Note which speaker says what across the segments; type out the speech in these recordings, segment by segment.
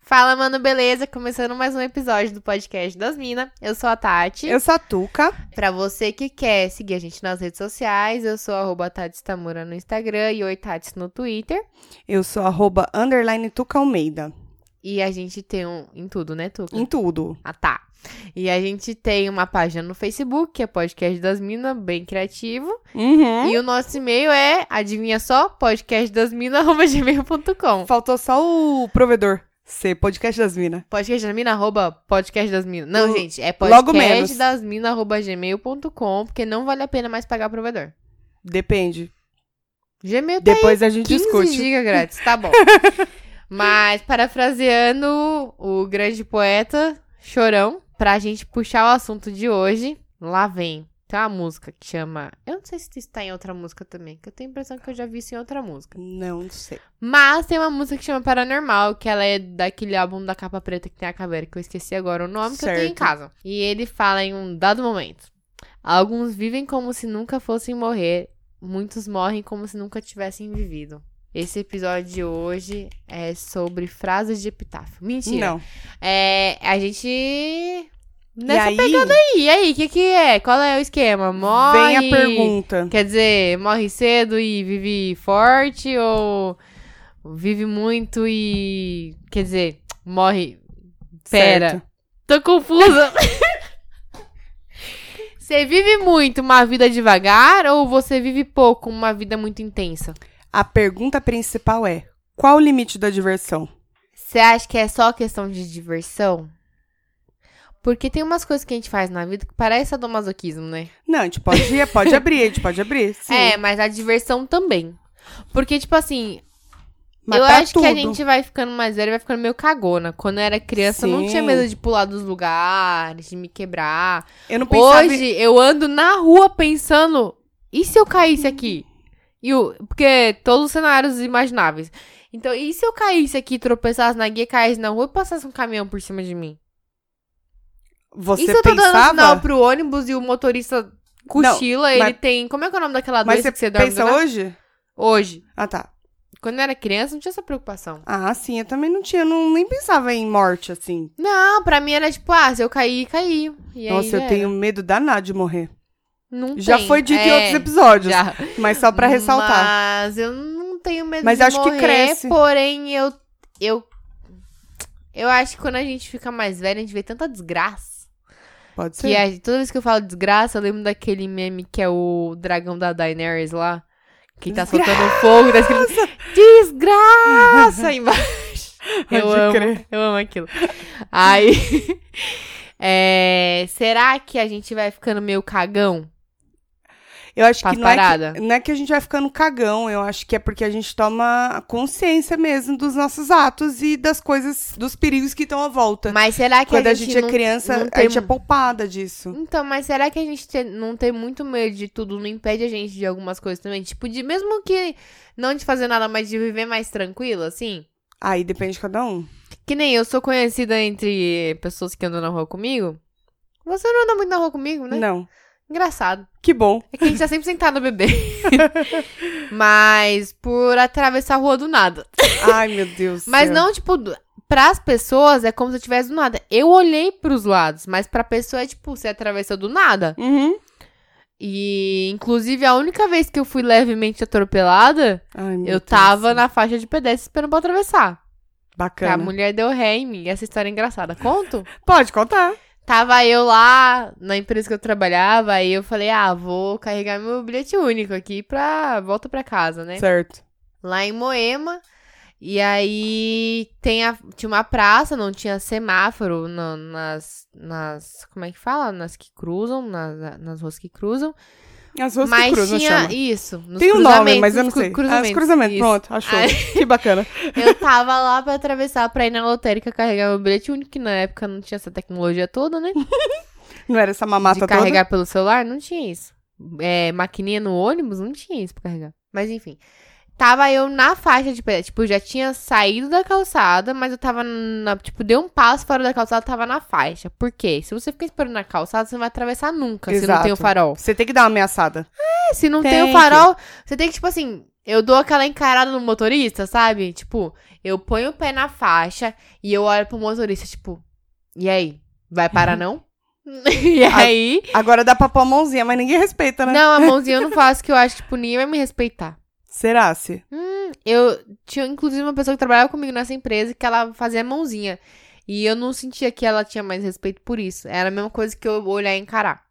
Speaker 1: Fala, mano, beleza? Começando mais um episódio do podcast das Minas. Eu sou a Tati.
Speaker 2: Eu sou a Tuca.
Speaker 1: Pra você que quer seguir a gente nas redes sociais, eu sou arroba Tati Tamura no Instagram e oi Tats no Twitter.
Speaker 2: Eu sou arroba underline Tuca Almeida.
Speaker 1: E a gente tem um em tudo, né, Tuca?
Speaker 2: Em tudo.
Speaker 1: Ah, tá. E a gente tem uma página no Facebook, que é Podcast das Minas, bem criativo.
Speaker 2: Uhum.
Speaker 1: E o nosso e-mail é, adivinha só, podcastdasmina.gmail.com.
Speaker 2: Faltou só o provedor ser podcast das minas.
Speaker 1: Podcast das minas, arroba podcast das minas. Não,
Speaker 2: Lo-
Speaker 1: gente, é
Speaker 2: logo menos.
Speaker 1: podcast das minas, arroba gmail.com, porque não vale a pena mais pagar provedor.
Speaker 2: Depende.
Speaker 1: Gmail tá
Speaker 2: Depois a gente
Speaker 1: 15
Speaker 2: discute.
Speaker 1: giga grátis, tá bom. Mas, parafraseando o grande poeta Chorão, pra gente puxar o assunto de hoje, lá vem. Tem uma música que chama. Eu não sei se isso tá em outra música também, que eu tenho a impressão que eu já vi isso em outra música.
Speaker 2: Não sei.
Speaker 1: Mas tem uma música que chama Paranormal, que ela é daquele álbum da capa preta que tem a caveira, que eu esqueci agora o nome, que eu tenho em
Speaker 2: Certo.
Speaker 1: casa. E ele fala em um dado momento: Alguns vivem como se nunca fossem morrer, muitos morrem como se nunca tivessem vivido. Esse episódio de hoje é sobre frases de epitáfio. Mentira.
Speaker 2: Não.
Speaker 1: É, a gente.
Speaker 2: e
Speaker 1: Nessa
Speaker 2: aí,
Speaker 1: aí, e aí, o que, que é? Qual é o esquema? Morre.
Speaker 2: vem a pergunta.
Speaker 1: Quer dizer, morre cedo e vive forte ou vive muito e. Quer dizer, morre. Pera.
Speaker 2: Certo.
Speaker 1: Tô confusa. Você vive muito uma vida devagar ou você vive pouco uma vida muito intensa?
Speaker 2: A pergunta principal é, qual o limite da diversão?
Speaker 1: Você acha que é só questão de diversão? Porque tem umas coisas que a gente faz na vida que parece sadomasoquismo, né?
Speaker 2: Não, a gente pode ir, pode abrir, a gente pode abrir. Sim.
Speaker 1: É, mas a diversão também. Porque, tipo assim,
Speaker 2: Mas
Speaker 1: eu
Speaker 2: pra
Speaker 1: acho que a
Speaker 2: tudo.
Speaker 1: gente vai ficando mais velha, vai ficando meio cagona. Quando eu era criança, eu não
Speaker 2: Sim.
Speaker 1: tinha medo de pular dos lugares, de me quebrar.
Speaker 2: Eu não pensava em-
Speaker 1: Hoje, eu ando na rua pensando, e se eu caísse aqui? E o, porque todos os cenários imagináveis. Então, e se eu caísse aqui, tropeçasse na guia, caísse na rua e passasse um caminhão por cima de mim?
Speaker 2: você
Speaker 1: e se eu tô dando sinal
Speaker 2: pensava...
Speaker 1: pro ônibus e o motorista cochila, ele
Speaker 2: mas-
Speaker 1: tem... Como é que é o nome daquela doença
Speaker 2: Mas você
Speaker 1: que você dorme?
Speaker 2: pensa
Speaker 1: do nada?
Speaker 2: hoje?
Speaker 1: Hoje.
Speaker 2: Ah, tá.
Speaker 1: Quando eu era criança, não tinha essa preocupação.
Speaker 2: Ah, sim, eu também não tinha, não, nem pensava em morte, assim.
Speaker 1: Não, pra mim era tipo, ah, se eu cair, caí. E aí
Speaker 2: Nossa,
Speaker 1: já
Speaker 2: eu
Speaker 1: era.
Speaker 2: tenho medo danado de morrer.
Speaker 1: Não
Speaker 2: Já
Speaker 1: tem.
Speaker 2: foi dito em
Speaker 1: É,
Speaker 2: outros episódios,
Speaker 1: já.
Speaker 2: mas só pra ressaltar.
Speaker 1: Mas eu não tenho medo
Speaker 2: Mas
Speaker 1: de
Speaker 2: acho que
Speaker 1: morrer,
Speaker 2: cresce.
Speaker 1: porém eu eu eu acho que quando a gente fica mais velho, a gente vê tanta desgraça.
Speaker 2: Pode
Speaker 1: Que é,
Speaker 2: ser.
Speaker 1: a- toda vez que eu falo desgraça, eu lembro daquele meme que é o dragão da Daenerys lá. Que tá soltando fogo, tá escrito desgraça embaixo. Eu
Speaker 2: Pode
Speaker 1: amo.
Speaker 2: crer.
Speaker 1: Eu amo aquilo. Aí. é, será que a gente vai ficando meio cagão?
Speaker 2: Eu acho
Speaker 1: Faz
Speaker 2: que não, é
Speaker 1: parada?
Speaker 2: que não é que a gente vai ficando cagão, eu acho que é porque a gente toma consciência mesmo dos nossos atos e das coisas, dos perigos que estão à volta.
Speaker 1: Mas será que
Speaker 2: Tá. Quando
Speaker 1: a
Speaker 2: a
Speaker 1: gente,
Speaker 2: gente, é
Speaker 1: não-
Speaker 2: criança,
Speaker 1: não
Speaker 2: a gente
Speaker 1: tem- um
Speaker 2: é poupada disso.
Speaker 1: Então, mas será que a gente te- não tem muito medo de tudo? Não impede a gente de algumas coisas também? Tipo, de mesmo que não de fazer nada, mas de viver mais tranquilo, assim?
Speaker 2: Aí depende de cada um.
Speaker 1: Que nem eu sou conhecida entre pessoas que andam na rua comigo. Você não anda muito na rua comigo, né?
Speaker 2: Não.
Speaker 1: Engraçado.
Speaker 2: Que bom.
Speaker 1: É que a gente tá sempre sentado a beber. mas por atravessar a rua do nada.
Speaker 2: Ai, meu Deus. do
Speaker 1: Mas
Speaker 2: céu.
Speaker 1: não, tipo, para as pessoas é como se eu tivesse do nada. Eu olhei pros lados, mas pra pessoa é tipo, você atravessou do nada.
Speaker 2: Uhum.
Speaker 1: E, inclusive, a única vez que eu fui levemente atropelada,
Speaker 2: Ai, meu
Speaker 1: eu
Speaker 2: Deus.
Speaker 1: tava na faixa de pedestre esperando pra atravessar. Que a
Speaker 2: Bacana.
Speaker 1: mulher deu ré em mim. Essa história é engraçada. Conto?
Speaker 2: Pode contar.
Speaker 1: Tava eu lá na empresa que eu trabalhava, aí eu falei, ah, vou carregar meu bilhete único aqui pra volta pra casa, né?
Speaker 2: Certo.
Speaker 1: lá em Moema. E aí tem a- tinha uma praça, não tinha semáforo na- nas, nas. Como é que fala? Nas que cruzam, nas, nas ruas que cruzam.
Speaker 2: As ruas
Speaker 1: mas
Speaker 2: que cruzam
Speaker 1: tinha
Speaker 2: chama.
Speaker 1: isso. Nos
Speaker 2: Tem um nome,
Speaker 1: cruzamentos,
Speaker 2: mas eu não
Speaker 1: nos cru-
Speaker 2: sei.
Speaker 1: Cruzamentos,
Speaker 2: ah, os cruzamentos,
Speaker 1: isso.
Speaker 2: pronto, achou.
Speaker 1: Ai.
Speaker 2: Que bacana.
Speaker 1: Eu tava lá pra atravessar pra ir na lotérica carregar meu bilhete único, que na época não tinha essa tecnologia toda, né?
Speaker 2: Não era essa mamata
Speaker 1: de
Speaker 2: toda?
Speaker 1: carregar pelo celular, não tinha isso. É, maquininha no ônibus, não tinha isso pra carregar. Mas enfim. Tava eu na faixa de pedestre. Tipo, eu já tinha saído da calçada, mas eu tava na. Tipo, dei um passo fora da calçada, tava na faixa. Por quê? Se você ficar esperando na calçada, você não vai atravessar nunca, se não
Speaker 2: Exato.
Speaker 1: tem o farol.
Speaker 2: Você tem que dar uma ameaçada.
Speaker 1: É, se não tem,
Speaker 2: Tem
Speaker 1: o
Speaker 2: que-
Speaker 1: farol, você tem que, tipo assim, Eu dou aquela encarada no motorista, sabe? Tipo, eu ponho o pé na faixa e eu olho pro motorista, tipo, e aí? Vai parar não? e
Speaker 2: Ah,
Speaker 1: aí?
Speaker 2: Agora dá pra pôr a mãozinha, mas ninguém respeita, né?
Speaker 1: Não, a mãozinha eu não faço que eu acho, tipo, ninguém vai me respeitar.
Speaker 2: Será se?
Speaker 1: Eu tinha, inclusive, uma pessoa que trabalhava comigo nessa empresa que ela fazia mãozinha. E eu não sentia que ela tinha mais respeito por isso. Era a mesma coisa que eu olhar e encarar.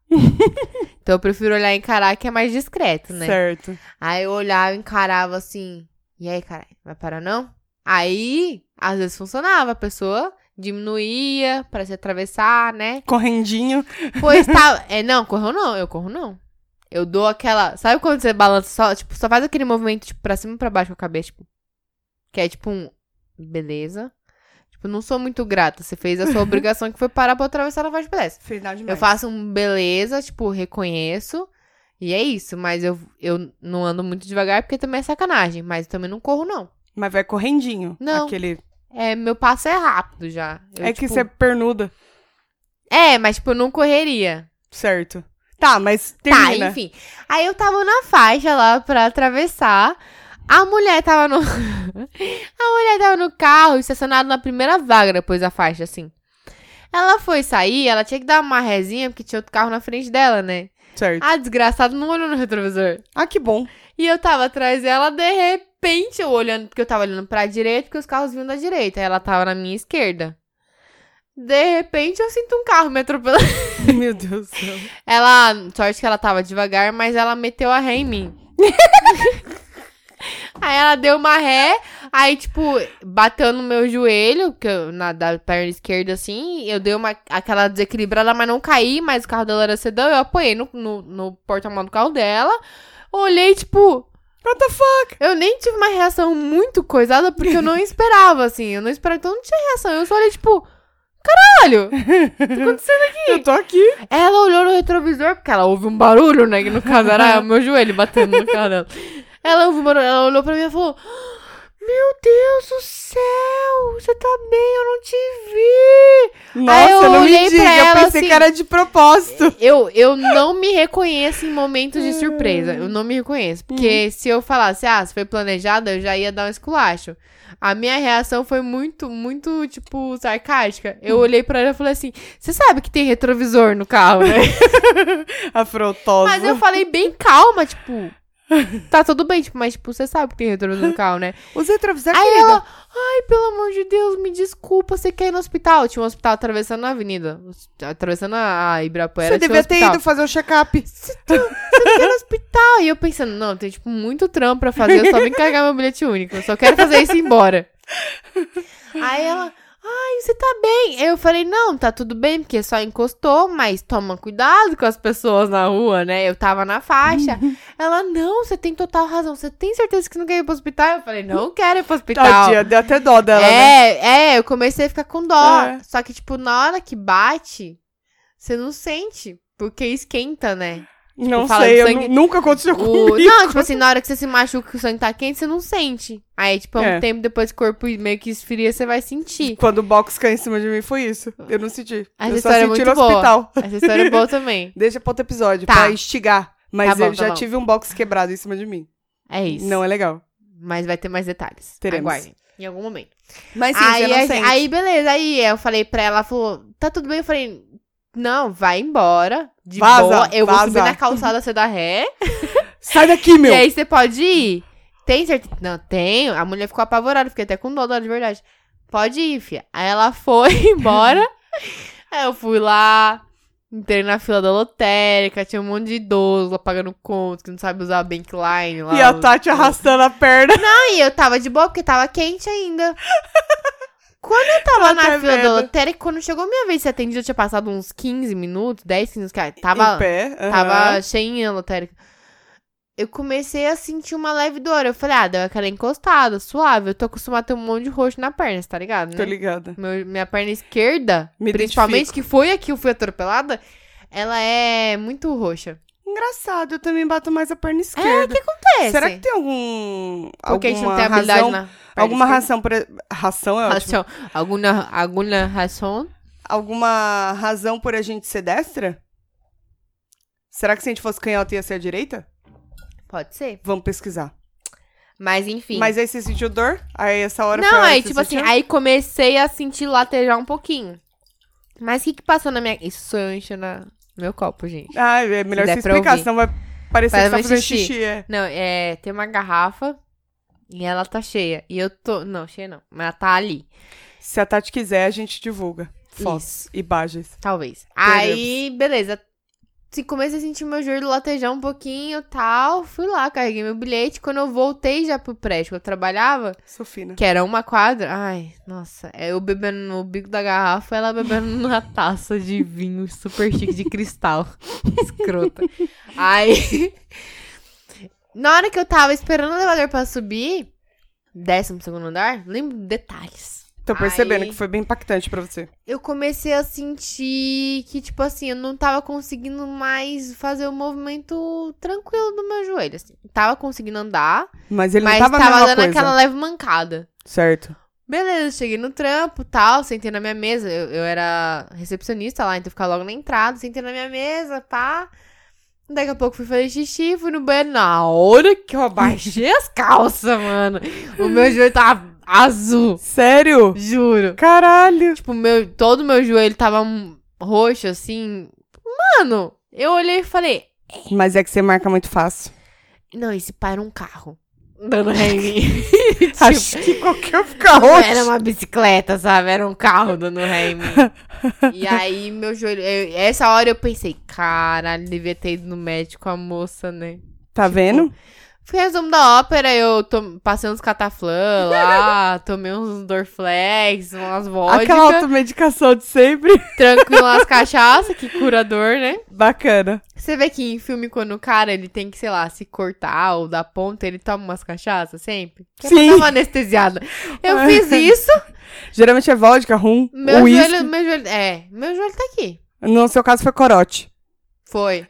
Speaker 1: então eu prefiro olhar e encarar, que é mais discreto, né?
Speaker 2: Certo.
Speaker 1: Aí eu olhava, encarava assim. E aí, cara, vai parar não? Aí, às vezes funcionava, a pessoa diminuía pra se atravessar, né?
Speaker 2: Correndinho.
Speaker 1: Pois tá. É, não, correu não, eu corro não. Eu dou aquela. Sabe quando você balança só, tipo, só faz aquele movimento, tipo, pra cima e pra baixo com a cabeça, tipo. Que é tipo um. Beleza. Tipo, não sou muito grata. Você fez a sua obrigação que foi parar pra eu atravessar na faixa de pedestre.
Speaker 2: Final de
Speaker 1: Eu faço um beleza, tipo, reconheço. E é isso, mas eu, eu não ando muito devagar porque também é sacanagem. Mas eu também não corro, não.
Speaker 2: Mas vai correndinho.
Speaker 1: Não.
Speaker 2: Aquele...
Speaker 1: É, meu passo é rápido já. Eu,
Speaker 2: é que
Speaker 1: tipo,
Speaker 2: você é pernuda.
Speaker 1: É, mas tipo, eu não correria.
Speaker 2: Certo. Tá, mas termina.
Speaker 1: Tá, enfim. Aí eu tava na faixa lá pra atravessar. A mulher tava no. a mulher tava no carro, estacionada na primeira vaga depois da faixa, assim. Ela foi sair, ela tinha que dar uma rezinha, porque tinha outro carro na frente dela, né?
Speaker 2: Certo.
Speaker 1: A desgraçada não olhou no retrovisor.
Speaker 2: Ah, que bom.
Speaker 1: E eu tava atrás dela, de repente, eu olhando, porque eu tava olhando pra direita, porque os carros vinham da direita. Aí ela tava na minha esquerda. De repente, eu sinto um carro me atropelando.
Speaker 2: Meu Deus do céu.
Speaker 1: Ela, sorte que ela tava devagar, mas ela meteu a ré em mim. aí ela deu uma ré, aí, tipo, bateu no meu joelho, que eu, na, da perna esquerda, assim, eu dei uma, aquela desequilibrada, mas não caí, mas o carro dela era sedã, eu apoiei no, no, no porta-mão do carro dela, olhei, tipo,
Speaker 2: What the fuck?
Speaker 1: eu nem tive uma reação muito coisada porque eu não esperava, assim. Eu não esperava, então não tinha reação. Eu só olhei, tipo, caralho!
Speaker 2: Eu tô aqui.
Speaker 1: Ela olhou no retrovisor, porque ela ouve um barulho, né? Que no caso era o meu joelho batendo no carro dela. Ela ouviu um barulho, ela olhou pra mim e falou: Meu Deus do céu, você tá bem, eu não te vi.
Speaker 2: Nossa,
Speaker 1: eu
Speaker 2: não
Speaker 1: olhei
Speaker 2: me diga.
Speaker 1: pra
Speaker 2: eu
Speaker 1: ela
Speaker 2: pensei
Speaker 1: assim-
Speaker 2: que era de propósito.
Speaker 1: Eu, eu não me reconheço em momentos de surpresa. Eu não me reconheço. Porque se eu falasse, ah, se foi planejada, eu já ia dar um esculacho. A minha reação foi muito, muito, tipo, sarcástica. Eu olhei pra ela e falei assim: Você sabe que tem retrovisor no carro, né?
Speaker 2: Afrontosa.
Speaker 1: Mas eu falei bem calma, tipo. Tá tudo bem, tipo, mas, tipo, você sabe que tem retrovisor no carro, né?
Speaker 2: Os retrovisores, é
Speaker 1: Aí
Speaker 2: querida.
Speaker 1: ela, ai, pelo amor de Deus, me desculpa, você quer ir no hospital? Tinha um hospital atravessando a avenida, atravessando a Ibirapuera.
Speaker 2: Você
Speaker 1: tinha um
Speaker 2: devia ter
Speaker 1: hospital.
Speaker 2: ido fazer um check-up.
Speaker 1: no hospital. E eu pensando, não, tem tipo muito trampo pra fazer, eu só vim carregar meu bilhete único. Eu só quero fazer isso e ir embora. Aí ela, ai, você tá bem? Eu falei, não, tá tudo bem, porque só encostou, mas toma cuidado com as pessoas na rua, né? Eu tava na faixa. Ela, não, você tem total razão. Você tem certeza que não quer ir pro hospital? Eu falei, não quero ir pro hospital.
Speaker 2: Tadinha, deu até dó dela, né?
Speaker 1: é, é, eu comecei a ficar com dó.
Speaker 2: É.
Speaker 1: Só que, tipo, na hora que bate, você não sente, porque esquenta, né?
Speaker 2: Não
Speaker 1: fala
Speaker 2: sei,
Speaker 1: de
Speaker 2: eu
Speaker 1: sangue-
Speaker 2: nu- nunca aconteceu
Speaker 1: O-
Speaker 2: comigo.
Speaker 1: Não, tipo assim, na hora que você se machuca que o sangue tá quente, você não sente. Aí, tipo, há um
Speaker 2: É.
Speaker 1: tempo depois que o corpo meio que esfria, você vai sentir.
Speaker 2: Quando o box caiu em cima de mim, foi isso. Eu não senti.
Speaker 1: Essa
Speaker 2: eu só
Speaker 1: história é
Speaker 2: senti
Speaker 1: muito
Speaker 2: no
Speaker 1: boa.
Speaker 2: hospital.
Speaker 1: Essa história é boa também.
Speaker 2: Deixa pra outro episódio,
Speaker 1: Tá.
Speaker 2: pra instigar. Mas
Speaker 1: Tá bom,
Speaker 2: eu
Speaker 1: tá
Speaker 2: já
Speaker 1: bom.
Speaker 2: tive um box quebrado em cima de mim.
Speaker 1: É isso.
Speaker 2: Não é legal.
Speaker 1: Mas vai ter mais detalhes.
Speaker 2: Teremos.
Speaker 1: Aguardem. Em algum momento.
Speaker 2: Mas sim,
Speaker 1: aí,
Speaker 2: você não
Speaker 1: a-
Speaker 2: sente.
Speaker 1: aí, beleza. Aí eu falei pra ela, ela falou, tá tudo bem? Eu falei, não, vai embora. De
Speaker 2: Vaza,
Speaker 1: boa. Eu vou
Speaker 2: vaza.
Speaker 1: subir na calçada, você dá ré.
Speaker 2: Sai daqui, meu!
Speaker 1: E aí você pode ir. Tem certeza? Não, tenho. A mulher ficou apavorada, fiquei até com dó dela, de verdade. Pode ir, fia. Aí ela foi embora. aí eu fui lá, entrei na fila da lotérica, tinha um monte de idoso lá pagando conta, que não sabe usar a Bankline lá.
Speaker 2: E tá a
Speaker 1: os-
Speaker 2: Tati arrastando a perna.
Speaker 1: Aí eu tava de boa, porque tava quente ainda. Quando eu tava
Speaker 2: Ela
Speaker 1: na
Speaker 2: tá
Speaker 1: fila da
Speaker 2: vendo.
Speaker 1: lotérica, quando chegou minha vez de ser atendida, eu tinha passado uns 15 minutos, 10 minutos, cara. Tava...
Speaker 2: Em pé. aham.
Speaker 1: Tava né? cheinha a lotérica. Eu comecei a sentir uma leve dor. Eu falei, ah, deu aquela encostada, suave. Eu tô acostumada a ter um monte de roxo na perna, você tá ligado? né?
Speaker 2: Tô ligada.
Speaker 1: Meu- minha perna esquerda,
Speaker 2: Me
Speaker 1: principalmente que foi aqui, eu fui atropelada, ela é muito roxa.
Speaker 2: Engraçado, eu também bato mais a perna
Speaker 1: É, o
Speaker 2: esquerda.
Speaker 1: que acontece?
Speaker 2: Será que tem algum.
Speaker 1: Porque a gente não
Speaker 2: alguma
Speaker 1: tem habilidade
Speaker 2: razão,
Speaker 1: na. perna
Speaker 2: Alguma
Speaker 1: esquerda?
Speaker 2: razão por. Ração é ótimo.
Speaker 1: Ração. Alguma, alguma razão?
Speaker 2: Alguma razão por a gente ser destra? Será que se a gente fosse canhota ia ser a direita?
Speaker 1: Pode ser.
Speaker 2: Vamos pesquisar.
Speaker 1: Mas enfim.
Speaker 2: Mas aí você sentiu dor? Aí essa hora foi a
Speaker 1: não,
Speaker 2: hora
Speaker 1: aí,
Speaker 2: que
Speaker 1: tipo
Speaker 2: você
Speaker 1: assim,
Speaker 2: sentiu?
Speaker 1: aí comecei a sentir latejar um pouquinho. Mas o que que passou na minha. Isso sou eu enchendo a- meu copo, gente.
Speaker 2: Ah, é melhor
Speaker 1: Se
Speaker 2: você
Speaker 1: der pra
Speaker 2: explicar,
Speaker 1: ouvir.
Speaker 2: senão vai
Speaker 1: Vai
Speaker 2: parecer que você tá
Speaker 1: ver
Speaker 2: fazendo
Speaker 1: xixi.
Speaker 2: xixi. é.
Speaker 1: Não, é. Tem uma garrafa e ela tá cheia. E eu tô. Não, cheia não. Mas ela tá ali.
Speaker 2: Se a Tati quiser, a gente divulga fotos
Speaker 1: Isso.
Speaker 2: e imagens.
Speaker 1: Talvez.
Speaker 2: Teremos.
Speaker 1: Aí, beleza. Se comecei a sentir meu joelho latejar um pouquinho tal, fui lá, carreguei meu bilhete. Quando eu voltei já pro prédio que eu trabalhava,
Speaker 2: Sofina.
Speaker 1: que era uma quadra, ai, nossa, é eu bebendo no bico da garrafa, ela bebendo numa taça de vinho super chique de cristal. Escrota. Aí. Na hora que eu tava esperando o elevador pra subir, décimo segundo andar, lembro detalhes.
Speaker 2: Tô percebendo
Speaker 1: Aí-
Speaker 2: que foi bem impactante pra você.
Speaker 1: eu comecei a sentir que, tipo assim, eu não tava conseguindo mais fazer o movimento tranquilo do meu joelho. assim. Tava conseguindo andar,
Speaker 2: Mas ele
Speaker 1: mas
Speaker 2: não tava,
Speaker 1: tava,
Speaker 2: a mesma
Speaker 1: dando
Speaker 2: coisa.
Speaker 1: aquela leve mancada.
Speaker 2: Certo.
Speaker 1: Beleza, cheguei no trampo tal, sentei na minha mesa. Eu, eu era recepcionista lá, então eu ficava logo na entrada, sentei na minha mesa, pá. Daqui a pouco fui fazer xixi, fui no banheiro. Na hora que eu abaixei as calças, mano, o meu joelho tava azul.
Speaker 2: Sério?
Speaker 1: Juro.
Speaker 2: Caralho.
Speaker 1: Tipo, meu, todo meu joelho tava hum, roxo, assim. Mano, eu olhei e falei:
Speaker 2: Mas é que você marca muito fácil.
Speaker 1: Não, esse pai era um carro. Dando ré em mim.
Speaker 2: Acho que qualquer um
Speaker 1: Não
Speaker 2: fica
Speaker 1: Tipo. era
Speaker 2: roxo.
Speaker 1: uma bicicleta, sabe? Era um carro dando ré em mim. E aí, meu joelho. eu- essa hora eu pensei: Caralho, devia ter ido no médico a moça, né?
Speaker 2: Tá vendo?
Speaker 1: Fui resumo da ópera, eu to- passei uns cataflã lá, tomei uns Dorflex, umas vodka,
Speaker 2: Aquela automedicação de sempre.
Speaker 1: tranquilo umas cachaça, que curador, né?
Speaker 2: Bacana.
Speaker 1: Você vê que em filme, quando o cara ele tem que, sei lá, se cortar ou dar ponta, ele toma umas cachaças sempre? Que é pra
Speaker 2: Sim.
Speaker 1: dar uma anestesiada. Eu fiz isso,
Speaker 2: Geralmente é vodka, rum,
Speaker 1: meu
Speaker 2: uísque.
Speaker 1: joelho, meu joelho. É, meu joelho tá aqui.
Speaker 2: No seu caso foi corote.
Speaker 1: Foi.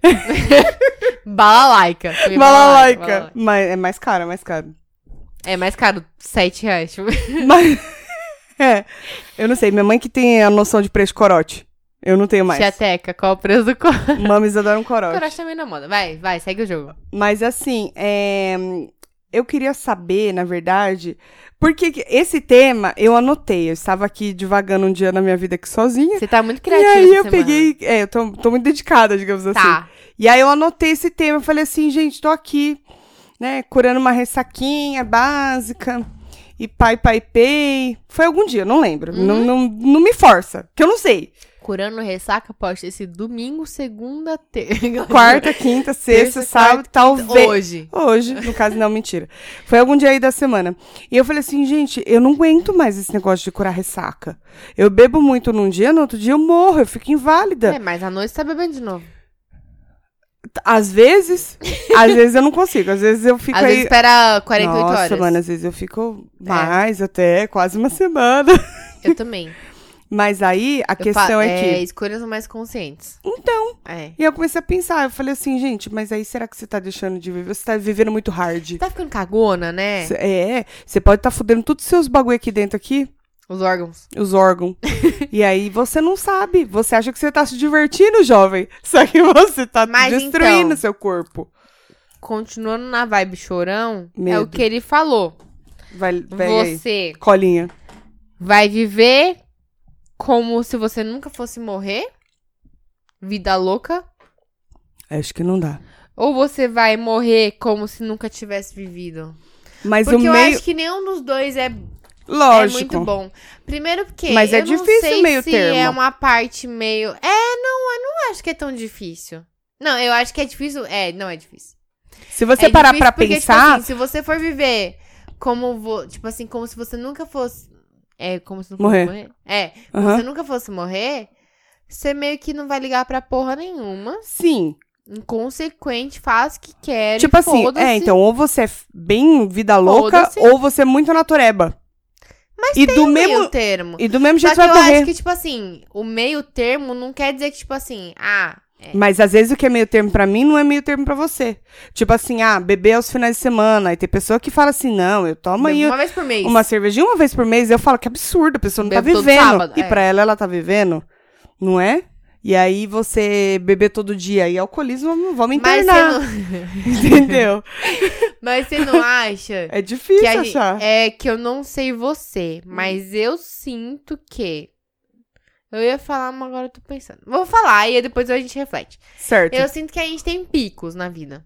Speaker 1: balalaica. Foi
Speaker 2: Balalaica.
Speaker 1: balalaica.
Speaker 2: Mas é mais caro, é mais caro.
Speaker 1: É mais caro, R$ 7 reais. tipo.
Speaker 2: Mas... É. Eu não sei, minha mãe que tem a noção de preço de corote. Eu não tenho É mais.
Speaker 1: Chateca, qual o preço do corote?
Speaker 2: Mames adoram corote.
Speaker 1: Corote também na moda. Vai, vai, segue o jogo.
Speaker 2: Mas assim, é, eu queria saber, na verdade, porque que- esse tema eu anotei. Eu estava aqui divagando um dia na minha vida aqui sozinha.
Speaker 1: Você tá muito
Speaker 2: E
Speaker 1: criativa.
Speaker 2: aí
Speaker 1: essa
Speaker 2: eu
Speaker 1: semana.
Speaker 2: peguei. É, eu tô, tô muito dedicada, digamos assim.
Speaker 1: Tá.
Speaker 2: E aí eu anotei esse tema, eu falei assim, gente, tô aqui, né, curando uma ressaquinha básica, e pai, pai, pei. Foi algum dia, não lembro,
Speaker 1: Uhum.
Speaker 2: não, não, não me força, que eu não sei.
Speaker 1: Curando ressaca pode ter sido domingo, segunda, terça.
Speaker 2: Quarta, quinta, sexta,
Speaker 1: Terça,
Speaker 2: sábado, talvez.
Speaker 1: Hoje.
Speaker 2: Hoje, no caso, não, mentira. Foi algum dia aí da semana. E eu falei assim, gente, eu não aguento mais esse negócio de curar ressaca. Eu bebo muito num dia, no outro dia eu morro, eu fico inválida.
Speaker 1: É, mas à noite você tá bebendo de novo.
Speaker 2: Às vezes, às vezes eu não consigo, às vezes eu fico
Speaker 1: Às
Speaker 2: aí...
Speaker 1: vezes espera 48
Speaker 2: Nossa,
Speaker 1: horas. É.
Speaker 2: mano, às vezes eu fico mais até, quase uma semana.
Speaker 1: Eu também.
Speaker 2: Mas aí a
Speaker 1: Eu
Speaker 2: questão
Speaker 1: fa-
Speaker 2: é que.
Speaker 1: escolhas mais conscientes.
Speaker 2: Então.
Speaker 1: É.
Speaker 2: E eu comecei a pensar, eu falei assim, gente, mas aí será que você tá deixando de viver? Você tá vivendo muito hard.
Speaker 1: Você tá ficando cagona, né?
Speaker 2: Cê- É, você pode estar tá fudendo todos os seus bagulho aqui dentro aqui,
Speaker 1: Os órgãos.
Speaker 2: os órgãos. e aí você não sabe. Você acha que você tá se divertindo, jovem. Só que você tá
Speaker 1: Mas
Speaker 2: destruindo
Speaker 1: então-
Speaker 2: seu corpo.
Speaker 1: Continuando na vibe chorão, é
Speaker 2: Medo.
Speaker 1: o que ele falou.
Speaker 2: Vai, pega aí.
Speaker 1: Você
Speaker 2: Colinha.
Speaker 1: vai viver como se você nunca fosse morrer. Vida louca.
Speaker 2: É, Acho que não dá.
Speaker 1: Ou você vai morrer como se nunca tivesse vivido.
Speaker 2: Mas
Speaker 1: Porque
Speaker 2: o
Speaker 1: eu
Speaker 2: meio.
Speaker 1: acho que nenhum dos dois é
Speaker 2: Lógico.
Speaker 1: É muito bom. Primeiro porque
Speaker 2: Mas é
Speaker 1: eu não
Speaker 2: difícil
Speaker 1: sei
Speaker 2: o meio
Speaker 1: se
Speaker 2: termo.
Speaker 1: é uma parte meio... É, não, eu não acho que é tão difícil. Não, eu acho que é difícil... É, não é difícil.
Speaker 2: Se você
Speaker 1: É
Speaker 2: parar
Speaker 1: difícil
Speaker 2: pra
Speaker 1: porque, tipo
Speaker 2: pensar.
Speaker 1: assim, se você for viver como... vo- Tipo assim, como se você nunca fosse... É, como se não fosse
Speaker 2: Morrer.
Speaker 1: morrer. É, como
Speaker 2: Aham.
Speaker 1: se você nunca fosse morrer, você meio que não vai ligar pra porra nenhuma.
Speaker 2: Sim.
Speaker 1: Inconsequente, faz o que quer. e
Speaker 2: Tipo assim,
Speaker 1: foda-se.
Speaker 2: é, então, ou você é f- bem vida louca,
Speaker 1: Foda-se.
Speaker 2: ou você é muito natureba. Mas e do
Speaker 1: um Meio
Speaker 2: mesmo
Speaker 1: termo.
Speaker 2: E do mesmo
Speaker 1: Só
Speaker 2: jeito
Speaker 1: que
Speaker 2: vai
Speaker 1: eu
Speaker 2: morrer.
Speaker 1: acho que, tipo assim, o meio termo não quer dizer que, tipo assim, ah, é,
Speaker 2: Mas às vezes o que é meio termo pra mim não é meio termo pra você. Tipo assim, ah, beber aos finais de semana. Aí tem pessoa que fala assim, não, eu tomo aí
Speaker 1: bebo uma vez por mês.
Speaker 2: uma cervejinha uma vez por mês. Eu falo que absurdo, a pessoa não tá
Speaker 1: Bebo todo é.
Speaker 2: vivendo.
Speaker 1: sábado,
Speaker 2: e
Speaker 1: é.
Speaker 2: pra ela, ela tá vivendo, não é? E aí você beber todo dia e alcoolismo, vamos
Speaker 1: Mas
Speaker 2: internar.
Speaker 1: você, não,
Speaker 2: Entendeu?
Speaker 1: mas você não acha
Speaker 2: É difícil
Speaker 1: que a gente-
Speaker 2: achar.
Speaker 1: é que eu não sei você, mas eu sinto que. Eu ia falar, mas agora eu tô pensando. Vou falar e aí depois a gente reflete.
Speaker 2: Certo.
Speaker 1: Eu sinto que a gente tem picos na vida.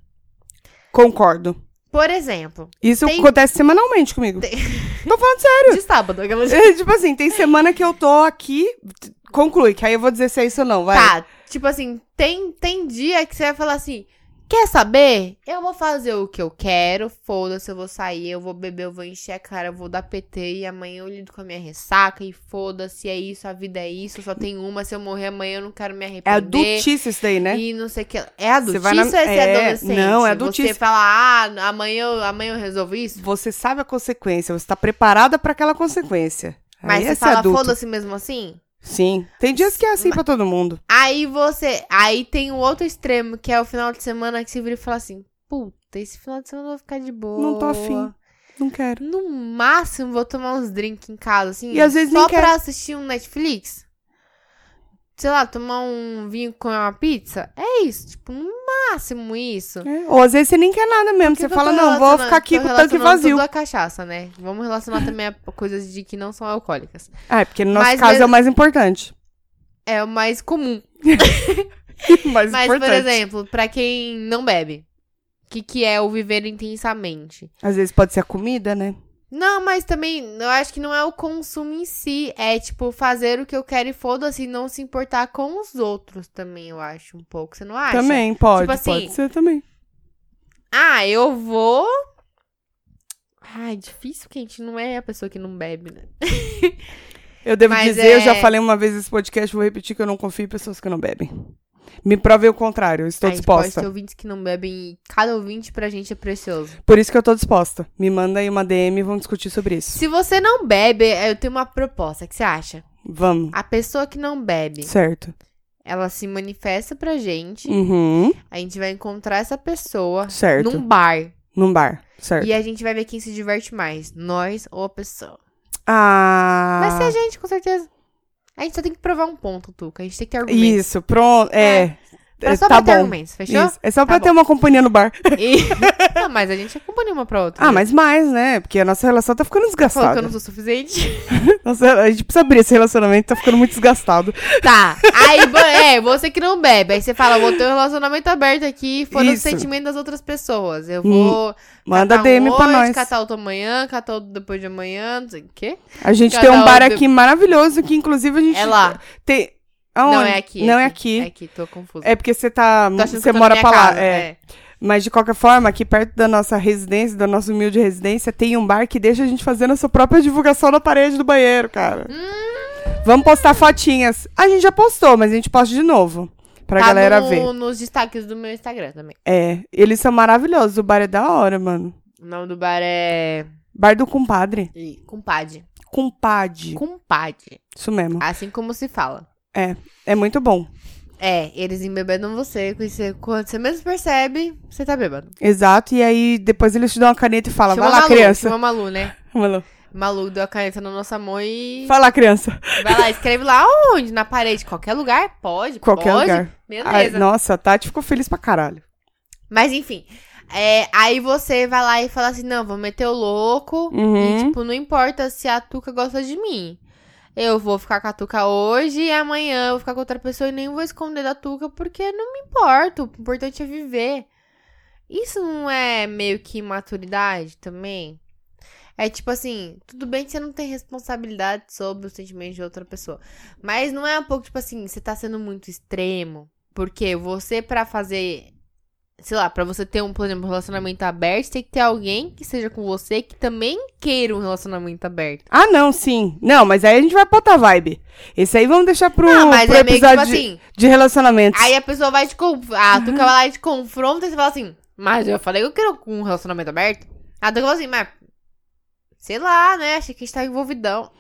Speaker 2: Concordo.
Speaker 1: Por exemplo,
Speaker 2: Isso
Speaker 1: Tem-
Speaker 2: acontece semanalmente comigo. Tô falando sério.
Speaker 1: de sábado, aquela
Speaker 2: É, tipo assim, tem semana que eu tô aqui. t- Conclui, que aí eu vou dizer se é isso ou não, vai.
Speaker 1: Tá, tipo assim, tem, tem dia que você vai falar assim: quer saber? Eu vou fazer o que eu quero, foda-se, eu vou sair, eu vou beber, eu vou encher a cara, eu vou dar PT e amanhã eu lido com a minha ressaca e foda-se, é isso, a vida é isso, só tem uma, se eu morrer amanhã eu não quero me arrepender.
Speaker 2: É adultice isso daí, né?
Speaker 1: E não sei o que. É adultice
Speaker 2: Você vai na-
Speaker 1: ou é ser
Speaker 2: é,
Speaker 1: adolescente?
Speaker 2: não, é
Speaker 1: Você
Speaker 2: adultice.
Speaker 1: fala, ah, amanhã eu, amanhã eu resolvo isso?
Speaker 2: Você sabe a consequência, você tá preparada pra aquela consequência.
Speaker 1: Mas
Speaker 2: aí
Speaker 1: você
Speaker 2: esse
Speaker 1: fala,
Speaker 2: adulto.
Speaker 1: foda-se mesmo assim?
Speaker 2: Sim. Tem dias que é assim pra todo mundo.
Speaker 1: Aí você. Aí tem o outro extremo, que é o final de semana que você vira e fala assim: Puta, esse final de semana eu vou ficar de boa.
Speaker 2: Não tô afim. Não quero.
Speaker 1: No máximo, vou tomar uns drinks em casa, assim.
Speaker 2: E às vezes
Speaker 1: só
Speaker 2: nem
Speaker 1: pra
Speaker 2: quer.
Speaker 1: assistir um Netflix. Sei lá, tomar um vinho com uma pizza. É isso, tipo, no máximo isso.
Speaker 2: É, Ou às vezes você nem quer nada mesmo.
Speaker 1: Por que
Speaker 2: Você
Speaker 1: que eu
Speaker 2: fala,
Speaker 1: tô
Speaker 2: não, vou
Speaker 1: relacionando-
Speaker 2: ficar aqui
Speaker 1: tô
Speaker 2: com o tanque
Speaker 1: relacionando
Speaker 2: vazio.
Speaker 1: Tudo a cachaça, né? Vamos relacionar também a coisas de que não são alcoólicas.
Speaker 2: Ah, é porque no nosso
Speaker 1: Mas
Speaker 2: caso é
Speaker 1: mesmo-
Speaker 2: o mais importante.
Speaker 1: É o mais comum.
Speaker 2: O mais
Speaker 1: Mas, por
Speaker 2: importante.
Speaker 1: exemplo, pra quem não bebe, o que, que é o viver intensamente?
Speaker 2: Às vezes pode ser a comida, né?
Speaker 1: Não, mas também, eu acho que não é o consumo em si. É, tipo, fazer o que eu quero e foda-se, e não se importar com os outros também, eu acho, um pouco. Você não acha?
Speaker 2: Também, pode.
Speaker 1: Tipo assim,
Speaker 2: pode ser também.
Speaker 1: Ah, eu vou. Ah, é difícil que a gente não é a pessoa que não bebe, né?
Speaker 2: Eu devo
Speaker 1: Mas
Speaker 2: dizer, eu
Speaker 1: é-
Speaker 2: já falei uma vez nesse podcast, vou repetir que eu não confio em pessoas que não bebem. Me provem o contrário, eu estou
Speaker 1: a gente pode
Speaker 2: disposta.
Speaker 1: ter tipo, ouvintes que não bebem e cada ouvinte pra gente é precioso.
Speaker 2: Por isso que eu tô disposta. Me manda aí uma DM e vamos discutir sobre isso.
Speaker 1: Se você não bebe, é, eu tenho uma proposta. O que você acha?
Speaker 2: Vamos.
Speaker 1: A pessoa que não bebe,
Speaker 2: Certo.
Speaker 1: ela se manifesta pra gente.
Speaker 2: Uhum.
Speaker 1: A gente vai encontrar essa pessoa
Speaker 2: Certo.
Speaker 1: num bar.
Speaker 2: Num bar. Certo.
Speaker 1: E a gente vai ver quem se diverte mais. Nós ou a pessoa.
Speaker 2: Ah.
Speaker 1: Vai ser a gente, com certeza. A gente só tem que provar um ponto, Tuca. A gente tem que ter argumentos.
Speaker 2: Isso, pronto. É.
Speaker 1: um Pra
Speaker 2: É,
Speaker 1: só
Speaker 2: tá
Speaker 1: pra ter
Speaker 2: bom.
Speaker 1: argumentos, fechou?
Speaker 2: Isso. É só
Speaker 1: Tá
Speaker 2: pra ter uma companhia no bar.
Speaker 1: E- Não, mas a gente acompanha uma pra outra.
Speaker 2: Ah,
Speaker 1: né?
Speaker 2: mas mais, né? Porque a nossa relação tá ficando
Speaker 1: Falou que
Speaker 2: desgastada.
Speaker 1: eu não sou suficiente.
Speaker 2: Nossa, a gente precisa abrir esse relacionamento, tá ficando muito desgastado.
Speaker 1: tá. Aí, bo- é, você que não bebe. Aí você fala, vou ter um relacionamento aberto aqui. Foram os
Speaker 2: Isso.
Speaker 1: sentimentos das outras pessoas. Eu
Speaker 2: Hum,
Speaker 1: vou.
Speaker 2: Manda
Speaker 1: catar um
Speaker 2: DM pra
Speaker 1: hoje,
Speaker 2: nós.
Speaker 1: Catar outro amanhã, catar outro depois de amanhã. Não sei o quê.
Speaker 2: A gente
Speaker 1: Cada
Speaker 2: tem um bar
Speaker 1: um de-
Speaker 2: aqui maravilhoso que, inclusive, a gente.
Speaker 1: É lá.
Speaker 2: Tem...
Speaker 1: Não
Speaker 2: Aonde?
Speaker 1: é aqui.
Speaker 2: Não é
Speaker 1: É
Speaker 2: aqui.
Speaker 1: aqui, tô confusa.
Speaker 2: É porque você tá.
Speaker 1: Tô achando que
Speaker 2: Você
Speaker 1: eu tô na
Speaker 2: mora
Speaker 1: minha
Speaker 2: pra lá.
Speaker 1: casa,
Speaker 2: É. Mas de qualquer forma, aqui perto da nossa residência, da nossa humilde residência, tem um bar que deixa a gente fazer nossa própria divulgação na parede do banheiro, cara.
Speaker 1: Hum.
Speaker 2: Vamos postar fotinhas. A gente já postou, mas a gente posta de novo. Pra
Speaker 1: tá
Speaker 2: galera
Speaker 1: no-
Speaker 2: ver.
Speaker 1: nos destaques do meu Instagram também.
Speaker 2: É. Eles são maravilhosos. O bar é da hora, mano.
Speaker 1: O nome do bar é.
Speaker 2: Bar do compadre.
Speaker 1: Ih, Compadre.
Speaker 2: Compadre.
Speaker 1: Compadre.
Speaker 2: Isso mesmo.
Speaker 1: Assim como se fala.
Speaker 2: É muito bom.
Speaker 1: É, eles embebedam você, com isso- quando você mesmo percebe, você tá bêbado.
Speaker 2: Exato. E aí depois eles te dão uma caneta e falam: vai lá,
Speaker 1: Malu,
Speaker 2: criança.
Speaker 1: Chama Malu, né?
Speaker 2: Malu.
Speaker 1: Malu deu a caneta na nossa mão e.
Speaker 2: Vai lá, criança.
Speaker 1: Vai lá, escreve lá onde? Na parede, qualquer lugar? Pode,
Speaker 2: Qualquer
Speaker 1: pode.
Speaker 2: lugar. Ai,
Speaker 1: Beleza.
Speaker 2: nossa, a Tati ficou feliz pra caralho.
Speaker 1: Mas enfim. é, aí você vai lá e fala assim: não, vou meter o louco. E,
Speaker 2: Uhum.
Speaker 1: tipo, não importa se a Tuca gosta de mim. Eu vou ficar com a Tuca hoje e amanhã eu vou ficar com outra pessoa e nem vou esconder da Tuca porque não me importa. O importante é viver. Isso não é meio que imaturidade também? É tipo assim, tudo bem que você não tem responsabilidade sobre os sentimentos de outra pessoa. Mas não é um pouco, tipo assim, você tá sendo muito extremo. Porque você, pra fazer. Sei lá, pra você ter um, por exemplo, um relacionamento aberto, você tem que ter alguém que seja com você que também queira um relacionamento aberto.
Speaker 2: Ah, não, sim. Não, mas aí a gente vai pra outra vibe. Esse aí vamos deixar pro,
Speaker 1: Ah, mas
Speaker 2: pro
Speaker 1: é meio que tipo
Speaker 2: episódio de-
Speaker 1: assim.
Speaker 2: de relacionamentos.
Speaker 1: Aí a pessoa vai te. conf- A Tuca vai lá e te confronta e você fala assim. Mas eu falei que eu quero um relacionamento aberto. A Tuca fala assim, mas. Sei lá, né? Achei que a gente tá envolvidão.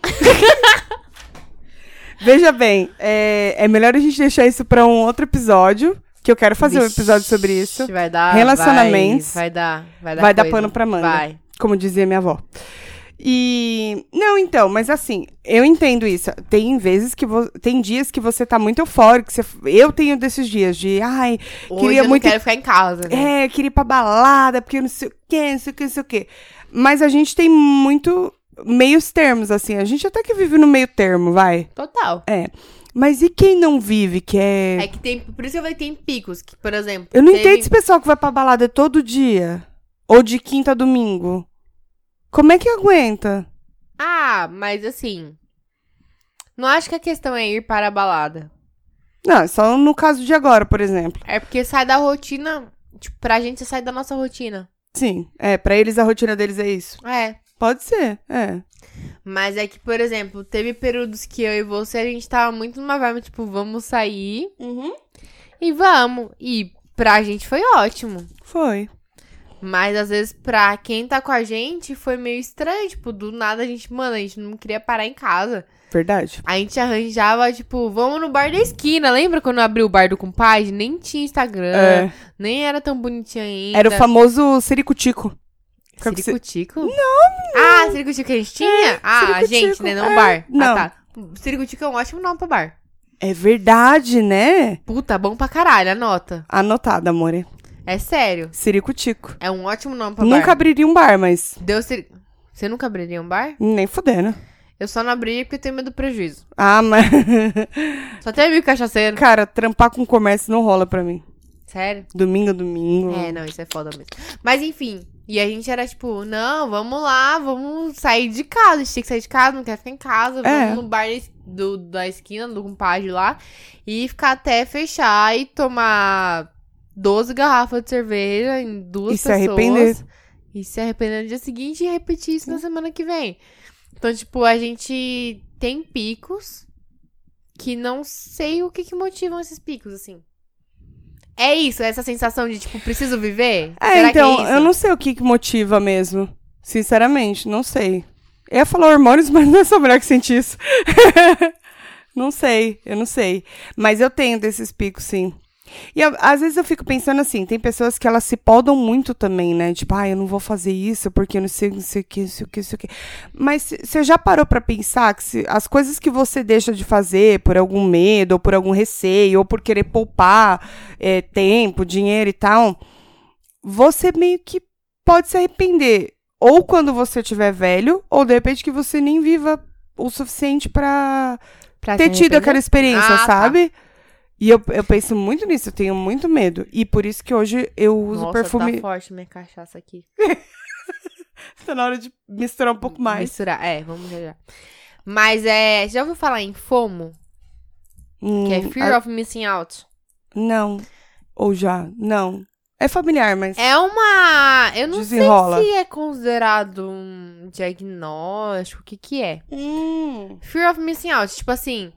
Speaker 2: Veja bem, é, é melhor a gente deixar isso pra um outro episódio, que eu quero fazer um
Speaker 1: Vixe,
Speaker 2: episódio sobre isso.
Speaker 1: Vai dar.
Speaker 2: Relacionamentos.
Speaker 1: Vai, vai dar. Vai dar,
Speaker 2: Vai dar
Speaker 1: coisa.
Speaker 2: pano pra manga.
Speaker 1: Vai.
Speaker 2: Como dizia minha avó. E. Não, então, mas assim, eu entendo isso. Tem vezes que. vo- Tem dias que você tá muito eufórico. que você- Eu tenho desses dias de. Ai,
Speaker 1: Hoje
Speaker 2: queria
Speaker 1: eu não
Speaker 2: muito.
Speaker 1: quero ficar em casa, né?
Speaker 2: É, eu queria ir pra balada, porque eu não sei o quê, não sei o quê, não sei o quê. Mas a gente tem muito. Meios termos, assim. A gente até que vive no meio termo, vai.
Speaker 1: Total.
Speaker 2: É. Mas e quem não vive, que
Speaker 1: É que tem. Por isso que eu falei que tem picos. Que, por exemplo.
Speaker 2: Eu não
Speaker 1: teve-
Speaker 2: entendo esse pessoal que vai pra balada todo dia. Ou de quinta a domingo. Como é que aguenta?
Speaker 1: Ah, mas assim. Não acho que a questão é ir para a balada.
Speaker 2: Não, só no caso de agora, por exemplo.
Speaker 1: É porque sai da rotina. Tipo, pra gente sai da nossa rotina.
Speaker 2: Sim, é, pra eles a rotina deles é isso.
Speaker 1: É.
Speaker 2: Pode ser, é.
Speaker 1: Mas é que, por exemplo, teve períodos que eu e você, a gente tava muito numa vibe, tipo, vamos sair e vamos. E pra gente foi ótimo.
Speaker 2: Foi.
Speaker 1: Mas às vezes pra quem tá com a gente foi meio estranho, tipo, do nada a gente, mano, a gente não queria parar em casa.
Speaker 2: Verdade.
Speaker 1: A gente arranjava, tipo, vamos no bar da esquina. Lembra quando abriu o bar do compadre? Nem tinha Instagram,
Speaker 2: É.
Speaker 1: nem era tão bonitinho ainda.
Speaker 2: Era o famoso ciricutico. Qual que É,
Speaker 1: Ciricutico? Não, Ah, Ciricutico que a gente tinha? ah, a
Speaker 2: Ciricutico,
Speaker 1: gente, né? Não
Speaker 2: é,
Speaker 1: bar.
Speaker 2: não.
Speaker 1: Ah, tá. Ciricutico é um ótimo nome pra bar.
Speaker 2: É verdade, né?
Speaker 1: Puta, bom pra caralho, anota.
Speaker 2: Anotado, amore.
Speaker 1: É sério.
Speaker 2: Ciricutico.
Speaker 1: É um ótimo nome pra
Speaker 2: Nunca
Speaker 1: bar.
Speaker 2: abriria um bar, mas
Speaker 1: Deu cir... Você nunca abriria um bar?
Speaker 2: nem fudendo.
Speaker 1: Eu só não abriria porque eu tenho medo do prejuízo.
Speaker 2: Ah, mas.
Speaker 1: Só tem amigo cachaceiro.
Speaker 2: Cara, trampar com comércio não rola pra mim.
Speaker 1: Sério?
Speaker 2: Domingo, a domingo.
Speaker 1: É, não, isso é foda mesmo. Mas enfim. E a gente era tipo, não, vamos lá, vamos sair de casa. A gente tem que sair de casa, não quer ficar em casa.
Speaker 2: É.
Speaker 1: Vamos no bar da es- do, da esquina, do compadre lá. E ficar até fechar e tomar 12 garrafas de cerveja em duas
Speaker 2: E se
Speaker 1: pessoas.
Speaker 2: arrepender.
Speaker 1: E se arrepender no dia seguinte e repetir isso na semana que vem. Então, tipo, a gente tem picos que não sei o que, que motivam esses picos, assim. É isso, essa sensação de, tipo, preciso viver?
Speaker 2: É,
Speaker 1: Será
Speaker 2: então,
Speaker 1: que é isso?
Speaker 2: eu não sei o que, que motiva mesmo. Sinceramente, não sei. Eu ia falar hormônios, mas não é sou a mulher que sente isso. não sei, eu não sei. Mas eu tenho desses picos, sim. E eu- às vezes eu fico pensando assim, tem pessoas que elas se podam muito também, né? Tipo, ah, eu não vou fazer isso porque eu não sei, não sei o que, não sei o que, não sei o que. Mas se- você já parou pra pensar que se- as coisas que você deixa de fazer por algum medo, ou por algum receio, ou por querer poupar eh, tempo, dinheiro e tal, você meio que pode se arrepender. Ou quando você estiver velho, ou de repente que você nem viva o suficiente pra
Speaker 1: Pra
Speaker 2: ter
Speaker 1: se
Speaker 2: tido
Speaker 1: arrepender?
Speaker 2: aquela experiência,
Speaker 1: Ah, tá.
Speaker 2: sabe? E eu, eu penso muito nisso, eu tenho muito medo. E por isso que hoje eu uso
Speaker 1: Nossa,
Speaker 2: perfume.
Speaker 1: tá forte minha cachaça aqui.
Speaker 2: Tá na hora de misturar um pouco mais.
Speaker 1: Misturar, é, vamos já já. Mas é, já ouviu falar em FOMO? Que é
Speaker 2: Hum,
Speaker 1: Fear of Missing Out.
Speaker 2: a- Não. Ou já. Não. É familiar, mas.
Speaker 1: É uma... Eu não
Speaker 2: desenrola.
Speaker 1: sei se é considerado um diagnóstico, o que que é.
Speaker 2: Hum.
Speaker 1: Fear of missing out. Tipo assim,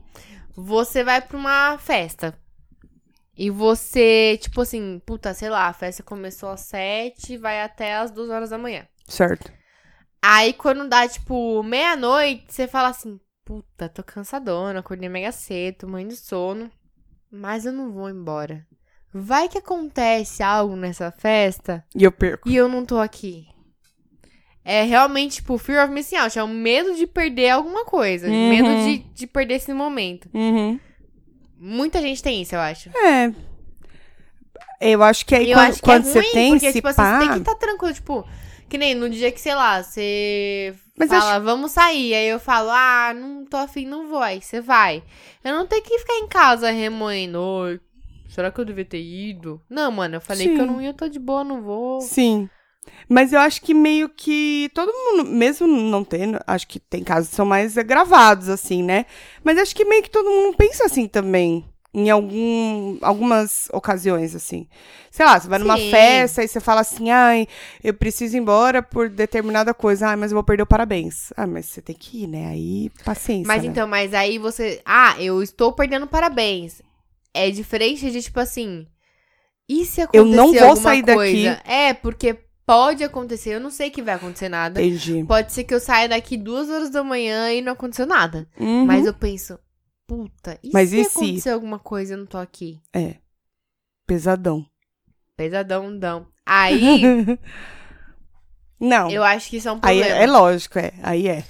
Speaker 1: você vai pra uma festa. E você, tipo assim, puta, sei lá, a festa começou às sete e vai até às duas horas da manhã.
Speaker 2: Certo.
Speaker 1: Aí quando dá, tipo, meia-noite, você fala assim, puta, tô cansadona, acordei mega cedo, tô morrendo de sono. Mas eu não vou embora. Vai que acontece algo nessa festa
Speaker 2: E eu perco.
Speaker 1: e eu não tô aqui. É realmente, tipo, fear of missing out. É o medo de perder alguma coisa.
Speaker 2: Uhum.
Speaker 1: Medo de, de perder esse momento.
Speaker 2: Uhum.
Speaker 1: Muita gente tem isso, eu acho.
Speaker 2: É. Eu acho que aí
Speaker 1: E eu
Speaker 2: quando,
Speaker 1: acho que
Speaker 2: quando
Speaker 1: é ruim,
Speaker 2: você tem,
Speaker 1: porque,
Speaker 2: se
Speaker 1: tipo, assim,
Speaker 2: pá.
Speaker 1: você tem que estar tranquilo. Tipo, que nem no dia que, sei lá, você
Speaker 2: Mas eu
Speaker 1: fala, vamos sair. Aí eu falo, ah, não tô afim, não vou. Aí você vai. Eu não tenho que ficar em casa remoendo. "Ai, Será que eu devia ter ido? Não, mano, eu falei que eu
Speaker 2: Sim.
Speaker 1: não ia, eu tô de boa, não vou.
Speaker 2: Sim. Mas eu acho que meio que todo mundo, mesmo não tendo, acho que tem casos que são mais agravados, assim, né? Mas acho que meio que todo mundo pensa assim também. Em algum, algumas ocasiões, assim. Sei lá, você vai numa
Speaker 1: Sim.
Speaker 2: festa e você fala assim, ai, eu preciso ir embora por determinada coisa, ai, mas eu vou perder o parabéns. Ah, mas você tem que ir, né? Aí, paciência.
Speaker 1: Mas
Speaker 2: né?
Speaker 1: então, mas aí você. Ah, eu estou perdendo parabéns. É diferente de tipo assim. E se acontecer
Speaker 2: Eu não vou
Speaker 1: alguma
Speaker 2: sair daqui.
Speaker 1: coisa? É, porque pode acontecer. Eu não sei que vai acontecer nada.
Speaker 2: Entendi.
Speaker 1: Pode ser que eu saia daqui duas horas da manhã e não aconteceu nada.
Speaker 2: Uhum.
Speaker 1: Mas eu penso, puta, e
Speaker 2: Mas
Speaker 1: se
Speaker 2: e se?
Speaker 1: acontecer alguma coisa e eu não tô aqui?
Speaker 2: É. Pesadão.
Speaker 1: Pesadão, dão. Aí
Speaker 2: Não.
Speaker 1: Eu acho que isso é um
Speaker 2: Aí
Speaker 1: problema.
Speaker 2: é, é lógico, é. Aí é.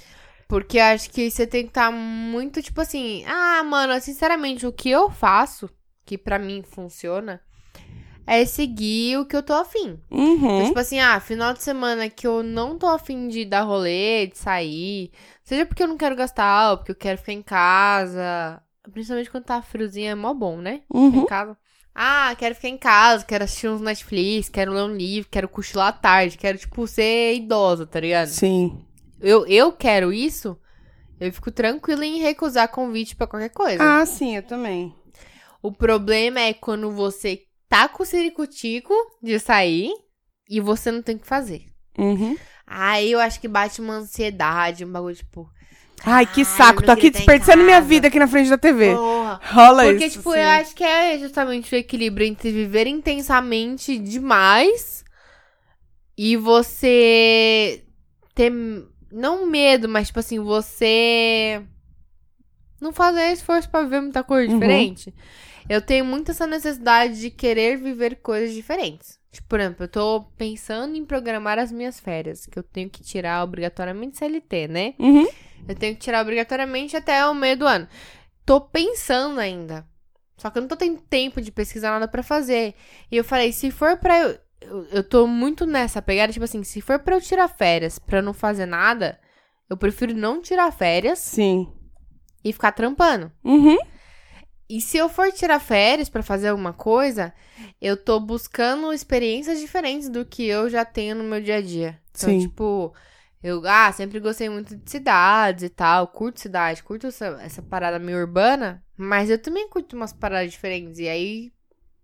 Speaker 1: Porque eu acho que você tem que estar muito, tipo assim, ah, mano, sinceramente, o que eu faço, que pra mim funciona, é seguir o que eu tô afim. Então,
Speaker 2: Uhum.
Speaker 1: tipo assim, ah, final de semana que eu não tô afim de dar rolê, de sair, seja porque eu não quero gastar, ou porque eu quero ficar em casa. Principalmente quando tá friozinho, é mó bom, né? Ficar
Speaker 2: Uhum.
Speaker 1: em casa. Ah, quero ficar em casa, quero assistir uns Netflix, quero ler um livro, quero cochilar à tarde, quero, tipo, ser idosa, tá ligado?
Speaker 2: Sim.
Speaker 1: eu, eu quero isso, eu fico tranquila em recusar convite pra qualquer coisa.
Speaker 2: Ah, sim, eu também.
Speaker 1: O problema é quando você tá com o ciricutico de sair e você não tem o que fazer.
Speaker 2: Uhum.
Speaker 1: Aí eu acho que bate uma ansiedade, um bagulho tipo.
Speaker 2: Ai, que
Speaker 1: Ai,
Speaker 2: saco.
Speaker 1: eu
Speaker 2: Tô aqui
Speaker 1: queria tá em
Speaker 2: desperdiçando minha
Speaker 1: casa.
Speaker 2: vida aqui na frente da TV.
Speaker 1: Porra.
Speaker 2: Rola
Speaker 1: Porque,
Speaker 2: isso.
Speaker 1: tipo,
Speaker 2: assim.
Speaker 1: eu acho que é justamente o equilíbrio entre viver intensamente demais e você ter. Não medo, mas, tipo assim, você. Não fazer esforço pra viver muita coisa
Speaker 2: Uhum.
Speaker 1: diferente. Eu tenho muito essa necessidade de querer viver coisas diferentes. Tipo, por exemplo, eu tô pensando em programar as minhas férias, que eu tenho que tirar obrigatoriamente CLT, né?
Speaker 2: Uhum.
Speaker 1: Eu tenho que tirar obrigatoriamente até o meio do ano. Tô pensando ainda. Só que eu não tô tendo tempo de pesquisar nada pra fazer. E eu falei, se for pra eu. Eu, eu tô muito nessa pegada, tipo assim, se for pra eu tirar férias pra eu não fazer nada, eu prefiro não tirar férias
Speaker 2: Sim.
Speaker 1: e ficar trampando.
Speaker 2: Uhum.
Speaker 1: E se eu for tirar férias pra fazer alguma coisa, eu tô buscando experiências diferentes do que eu já tenho no meu dia a dia. Então,
Speaker 2: Sim.
Speaker 1: tipo, eu ah, sempre gostei muito de cidades e tal, curto cidade, curto essa, essa parada meio urbana, mas eu também curto umas paradas diferentes. E aí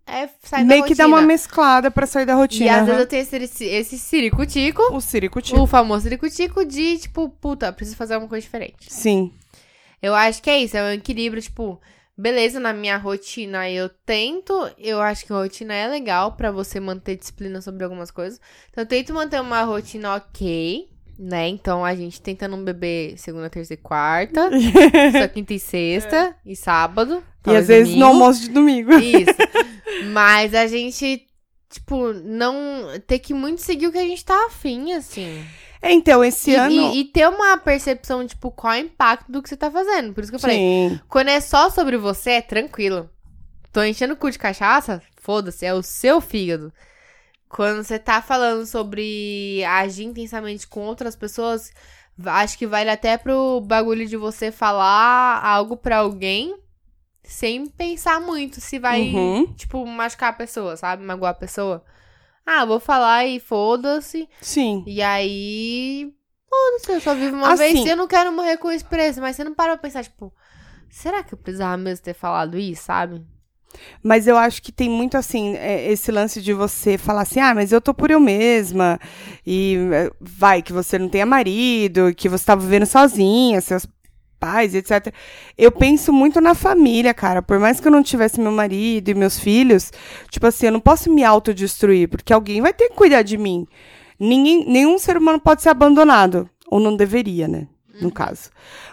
Speaker 1: é sai
Speaker 2: Meio
Speaker 1: da
Speaker 2: que dá uma mesclada pra sair da
Speaker 1: E
Speaker 2: rotina.
Speaker 1: às
Speaker 2: aham.
Speaker 1: vezes Hum. eu tenho esse, esse, esse ciricutico,
Speaker 2: O ciricutico.
Speaker 1: o famoso ciricutico de, tipo, puta, preciso fazer alguma coisa diferente.
Speaker 2: Sim.
Speaker 1: Eu acho que é isso, é um equilíbrio, tipo, beleza, na minha rotina eu tento, eu acho que a rotina é legal pra você manter disciplina sobre algumas coisas. Então eu tento manter uma rotina ok, né? Então a gente tenta não beber segunda, terça e quarta, só quinta e sexta e sábado.
Speaker 2: e às
Speaker 1: talvez
Speaker 2: vezes no
Speaker 1: domingo.
Speaker 2: almoço de domingo.
Speaker 1: Isso. Mas a gente, tipo, não ter que muito seguir o que a gente tá afim, assim.
Speaker 2: É, então, esse
Speaker 1: E,
Speaker 2: ano.
Speaker 1: e- e ter uma percepção, tipo, qual é o impacto do que você tá fazendo. Por isso que eu falei,
Speaker 2: Sim.
Speaker 1: quando é só sobre você, é tranquilo. Tô enchendo o cu de cachaça? Foda-se, é o seu fígado. Quando você tá falando sobre agir intensamente com outras pessoas, va- acho que vale até pro bagulho de você falar algo pra alguém sem pensar muito se vai,
Speaker 2: Uhum.
Speaker 1: tipo, machucar a pessoa, sabe? Magoar a pessoa. Ah, vou falar e foda-se.
Speaker 2: Sim.
Speaker 1: E aí. Foda-se, eu só vivo uma
Speaker 2: Assim.
Speaker 1: vez e eu não quero morrer com esse preço. Mas você não parou pra pensar, tipo, será que eu precisava mesmo ter falado isso, sabe?
Speaker 2: Mas eu acho que tem muito assim, é, esse lance de você falar assim, ah, mas eu tô por eu mesma, e é, vai, que você não tenha marido, que você tá vivendo sozinha, seus pais, etc. Eu penso muito na família, cara. Por mais que eu não tivesse meu marido e meus filhos, tipo assim, eu não posso me autodestruir, porque alguém vai ter que cuidar de mim. Ninguém, nenhum ser humano pode ser abandonado. Ou não deveria, né? No caso.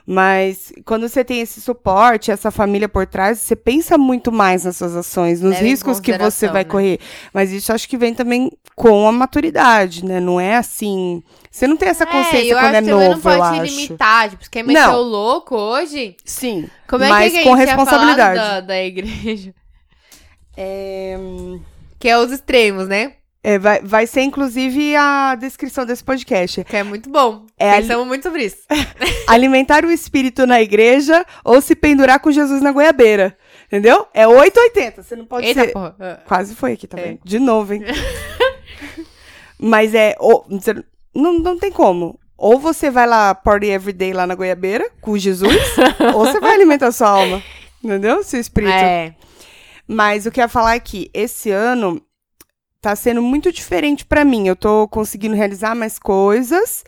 Speaker 2: Mas quando você tem esse suporte, essa família por trás, você pensa muito mais nas suas ações, nos
Speaker 1: Leva em
Speaker 2: riscos que você
Speaker 1: consideração,
Speaker 2: vai
Speaker 1: né?
Speaker 2: correr. Mas isso acho que vem também com a maturidade, né? Não é assim. Você não tem essa consciência
Speaker 1: eu
Speaker 2: quando é
Speaker 1: acho que também
Speaker 2: novo, eu
Speaker 1: não pode
Speaker 2: acho.
Speaker 1: se limitar, tipo, se quer meter
Speaker 2: Não.
Speaker 1: o louco hoje.
Speaker 2: Sim.
Speaker 1: Como é
Speaker 2: mas
Speaker 1: que a gente
Speaker 2: com
Speaker 1: tinha falado
Speaker 2: responsabilidade.
Speaker 1: da, da igreja? Que é os extremos, né?
Speaker 2: É, vai, vai ser inclusive a descrição desse podcast.
Speaker 1: Que é muito bom.
Speaker 2: É ali-
Speaker 1: Pensamos muito sobre isso.
Speaker 2: Alimentar o espírito na igreja ou se pendurar com Jesus na goiabeira. Entendeu? É 880. Você não pode
Speaker 1: Eita
Speaker 2: ser.
Speaker 1: porra. Ah.
Speaker 2: Quase foi aqui também. De novo, hein? Mas é. ou- você- não, não tem como. Ou você vai lá party everyday lá na goiabeira com Jesus, ou você vai alimentar sua alma. Entendeu? Seu espírito.
Speaker 1: É.
Speaker 2: Mas o que eu ia falar é que esse ano tá sendo muito diferente pra mim. Eu tô conseguindo realizar mais coisas,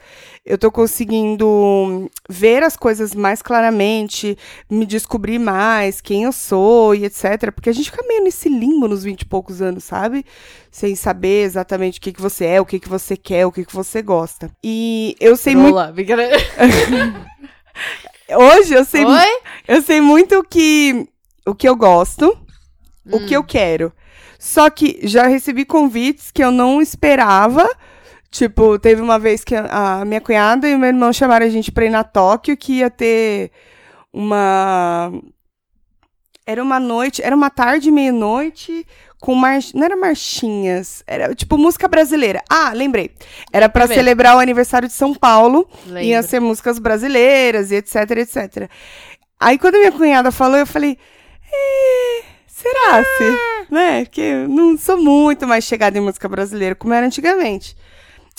Speaker 2: eu tô conseguindo hum, ver as coisas mais claramente, me descobrir mais quem eu sou e etc. Porque a gente fica meio nesse limbo nos 20 e poucos anos, sabe? Sem saber exatamente o que, que você é, o que, que você quer, o que, que você gosta. E eu sei muito.
Speaker 1: Rola. Fica-
Speaker 2: Hoje eu sei,
Speaker 1: Oi?
Speaker 2: eu sei muito o que, o que eu gosto, o que eu quero. Só que já recebi convites que eu não esperava Tipo, teve uma vez que a, a minha cunhada e o meu irmão chamaram a gente pra ir na Tóquio, que ia ter uma. Era uma noite, era uma tarde, meia-noite, com mar... não era marchinhas, era tipo música brasileira. Ah, lembrei. Era pra
Speaker 1: Lembra.
Speaker 2: celebrar o aniversário de São Paulo,
Speaker 1: Lembro.
Speaker 2: ia ser músicas brasileiras e etc, etc. Aí quando minha cunhada falou, eu falei, "Eh,
Speaker 1: Ah!"
Speaker 2: será se, né? Porque eu não sou muito mais chegada em música brasileira como era antigamente.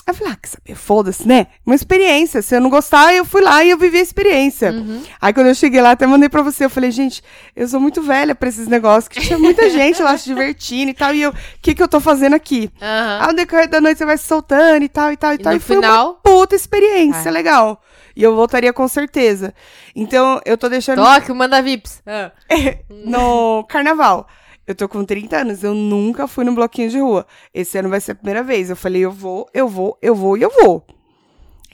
Speaker 2: Aí eu falei, ah, quer saber, foda-se, né? Uma experiência, se eu não gostar, eu fui lá e eu vivi a experiência.
Speaker 1: Uhum.
Speaker 2: Aí quando eu cheguei lá, até mandei pra você, eu falei, gente, eu sou muito velha pra esses negócios, que tinha muita gente lá se divertindo e tal, e eu, o que que eu tô fazendo aqui?
Speaker 1: Aham.
Speaker 2: Ao decorrer da noite você vai se soltando e tal, e tal, e,
Speaker 1: Ah. E no
Speaker 2: tal. Ah, tá, e foi uma
Speaker 1: final,
Speaker 2: puta experiência,
Speaker 1: É.
Speaker 2: legal. E eu voltaria com certeza. Então, eu tô deixando
Speaker 1: Tóquio manda vips. Ah.
Speaker 2: no carnaval. Eu tô com 30 anos, eu nunca fui no bloquinho de rua. Esse ano vai ser a primeira vez. Eu falei, eu vou, eu vou, eu vou e eu vou.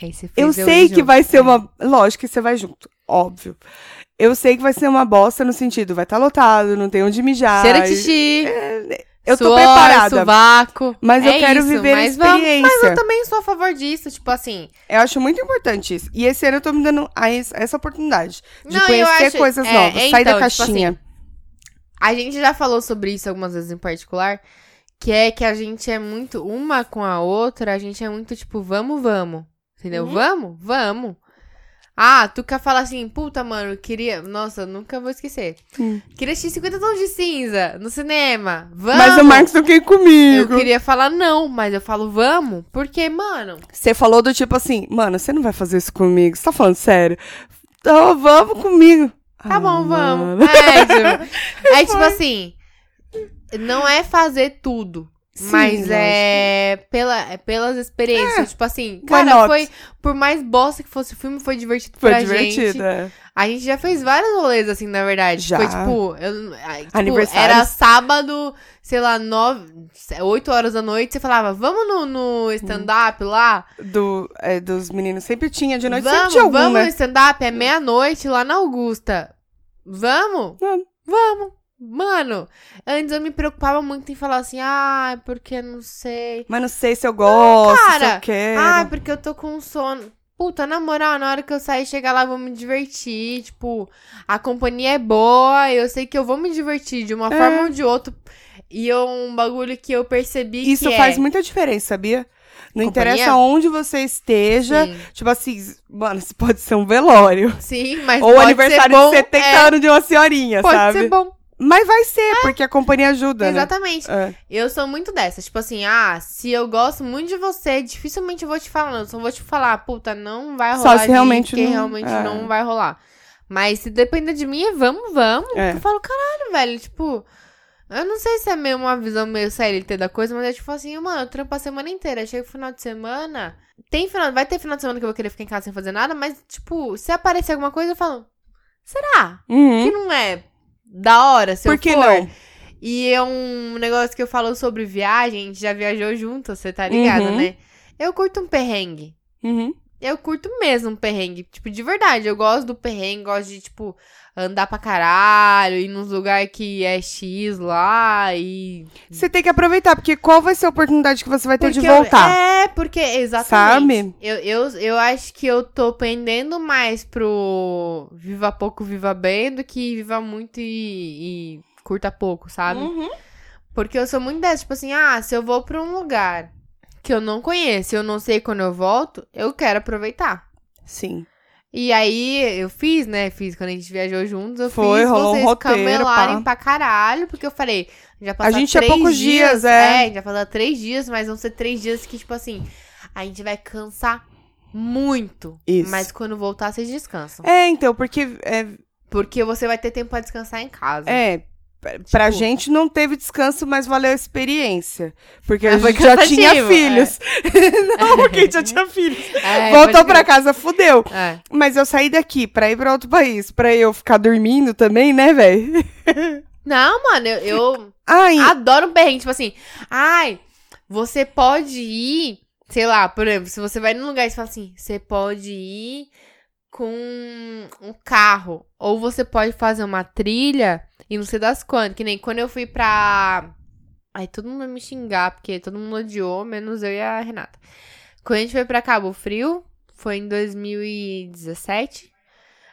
Speaker 1: Aí você fez
Speaker 2: Eu sei que vai
Speaker 1: é.
Speaker 2: ser uma. Lógico que você vai junto, óbvio. Eu sei que vai ser uma bosta no sentido, vai estar lotado, não tem onde mijar. é, né,
Speaker 1: Cheira de xixi.
Speaker 2: Eu tô
Speaker 1: suor,
Speaker 2: preparada.
Speaker 1: Sovaco.
Speaker 2: Mas eu
Speaker 1: É
Speaker 2: quero
Speaker 1: isso,
Speaker 2: viver a
Speaker 1: mas vamos-
Speaker 2: experiência.
Speaker 1: mas eu também sou a favor disso. Tipo assim.
Speaker 2: Eu acho muito importante isso. E esse ano eu tô me dando a es- essa oportunidade de
Speaker 1: Não, eu
Speaker 2: conhecer
Speaker 1: acho-
Speaker 2: coisas
Speaker 1: é,
Speaker 2: novas,
Speaker 1: é
Speaker 2: sair da
Speaker 1: então, tipo assim,
Speaker 2: caixinha.
Speaker 1: A gente já falou sobre isso algumas vezes em particular. Que é que a gente é muito uma com a outra. A gente é muito tipo, vamos, vamos. Entendeu?
Speaker 2: Uhum.
Speaker 1: Vamos, vamos. Ah, tu quer falar assim, puta, mano, eu queria. Nossa, eu nunca vou esquecer.
Speaker 2: Hum.
Speaker 1: Queria assistir 50 tons de cinza no cinema. Vamos!
Speaker 2: Mas o Marcos não quer ir
Speaker 1: Eu
Speaker 2: comigo.
Speaker 1: queria falar não, mas eu falo vamos, porque, mano.
Speaker 2: Você falou do tipo assim, mano, você não vai fazer isso comigo, você tá falando sério? Então vamos comigo.
Speaker 1: Tá bom,
Speaker 2: Ah,
Speaker 1: vamos.
Speaker 2: mano.
Speaker 1: É, tipo, é tipo assim. Não é fazer tudo.
Speaker 2: Sim,
Speaker 1: mas
Speaker 2: lógico.
Speaker 1: é, pela, é pelas experiências. Tipo assim,
Speaker 2: not?
Speaker 1: cara, foi. Por mais bosta que fosse o filme, foi divertido
Speaker 2: Foi
Speaker 1: pra
Speaker 2: divertido,
Speaker 1: gente.
Speaker 2: é.
Speaker 1: A gente já fez vários rolês, assim, na verdade.
Speaker 2: Já.
Speaker 1: Foi tipo. eu- ah, tipo,
Speaker 2: Aniversários.
Speaker 1: Era sábado, sei lá, nove, oito horas da noite. Você falava, vamos no, no stand-up lá?
Speaker 2: Do, é, dos meninos sempre tinha, de noite sempre
Speaker 1: Vamos,
Speaker 2: tinha algum,
Speaker 1: vamos no
Speaker 2: né?
Speaker 1: stand-up, é meia-noite lá na Augusta. Vamos?
Speaker 2: Vamos.
Speaker 1: Vamos. Mano, antes eu me preocupava muito em falar assim, ah, porque não sei.
Speaker 2: Mas não sei se eu gosto, se
Speaker 1: cara.
Speaker 2: eu quero.
Speaker 1: Ah, porque eu tô com sono. Puta, na moral, na hora que eu sair e chegar lá, eu vou me divertir. Tipo, a companhia é boa, eu sei que eu vou me divertir de uma
Speaker 2: É.
Speaker 1: forma ou de outra. E é um bagulho que eu percebi
Speaker 2: Isso
Speaker 1: que é-
Speaker 2: faz muita diferença, sabia? Não
Speaker 1: Companhia?
Speaker 2: interessa onde você esteja.
Speaker 1: Sim,
Speaker 2: Tipo assim, mano, isso pode ser um velório.
Speaker 1: sim, mas
Speaker 2: Ou
Speaker 1: pode
Speaker 2: aniversário
Speaker 1: ser bom,
Speaker 2: de 70
Speaker 1: é,
Speaker 2: anos de uma senhorinha,
Speaker 1: Pode
Speaker 2: sabe?
Speaker 1: ser bom,
Speaker 2: Mas vai ser, porque a companhia ajuda, né?
Speaker 1: Ah, exatamente.
Speaker 2: É.
Speaker 1: Eu sou muito dessa, tipo assim, ah, se eu gosto muito de você, dificilmente eu vou te falar, não. só vou te falar, puta, não vai
Speaker 2: Só
Speaker 1: rolar.
Speaker 2: se
Speaker 1: de ir,
Speaker 2: realmente
Speaker 1: porque
Speaker 2: não-
Speaker 1: realmente
Speaker 2: é.
Speaker 1: não vai rolar. Mas se depender de mim, é vamos, vamos.
Speaker 2: É.
Speaker 1: Eu falo, caralho, velho, tipo, eu não sei se é meio uma visão meio CLT da coisa, mas é tipo assim, mano, eu trampo a semana inteira, chega o final de semana, tem final, vai ter final de semana que eu vou querer ficar em casa sem fazer nada, mas tipo, se aparecer alguma coisa, eu falo, será
Speaker 2: Uhum.
Speaker 1: que não é da hora se
Speaker 2: Por
Speaker 1: eu
Speaker 2: que
Speaker 1: for?
Speaker 2: não?
Speaker 1: E é um negócio que eu falo sobre viagem, a gente já viajou junto, você tá ligada,
Speaker 2: Uhum.
Speaker 1: né? Eu curto um perrengue.
Speaker 2: Uhum.
Speaker 1: Eu curto mesmo um perrengue, tipo, de verdade. Eu gosto do perrengue, gosto de, tipo, andar pra caralho, ir nos lugares que é X lá e.
Speaker 2: Você tem que aproveitar, porque qual vai ser a oportunidade que você vai ter de
Speaker 1: Porque eu-
Speaker 2: voltar?
Speaker 1: É, porque, exatamente.
Speaker 2: Sabe?
Speaker 1: Eu, eu, eu acho que eu tô pendendo mais pro viva pouco, viva bem, do que viva muito e, e curta pouco, sabe?
Speaker 2: Uhum.
Speaker 1: Porque eu sou muito dessa, tipo assim, ah, se eu vou pra um lugar que eu não conheço, eu não sei quando eu volto, eu quero aproveitar.
Speaker 2: Sim.
Speaker 1: E aí eu fiz, né? Fiz quando a gente viajou juntos, eu
Speaker 2: Foi,
Speaker 1: fiz
Speaker 2: rolou um
Speaker 1: vocês
Speaker 2: roteiro,
Speaker 1: camelarem pra
Speaker 2: pá.
Speaker 1: caralho, porque eu falei, já passar
Speaker 2: gente tinha
Speaker 1: três
Speaker 2: poucos dias, é.
Speaker 1: É, a gente vai passar três dias, mas vão ser três dias que, tipo assim, a gente vai cansar muito.
Speaker 2: Isso.
Speaker 1: Mas quando voltar, vocês descansam.
Speaker 2: É, então, porque é,
Speaker 1: Porque você vai ter tempo pra descansar em casa.
Speaker 2: é, pra- pra
Speaker 1: Tipo-
Speaker 2: gente não teve descanso, mas valeu a experiência. Porque a
Speaker 1: Ah, foi
Speaker 2: gente já tinha
Speaker 1: cansativo,
Speaker 2: filhos. não, porque a gente já tinha filhos.
Speaker 1: É,
Speaker 2: Voltou
Speaker 1: pode
Speaker 2: pra
Speaker 1: crer.
Speaker 2: casa, fudeu.
Speaker 1: É.
Speaker 2: Mas eu saí daqui pra ir pra outro país, pra eu ficar dormindo também, né, velho?
Speaker 1: Não, mano, eu- eu...
Speaker 2: Ai,
Speaker 1: Adoro um perrengue, tipo assim, ai, você pode ir, sei lá, por exemplo, se você vai num lugar e você fala assim, você pode ir com um carro, ou você pode fazer uma trilha e não sei das quantas, que nem quando eu fui pra... Ai, todo mundo vai me xingar, porque todo mundo odiou, menos eu e a Renata. Quando a gente foi pra Cabo Frio, foi em 2017.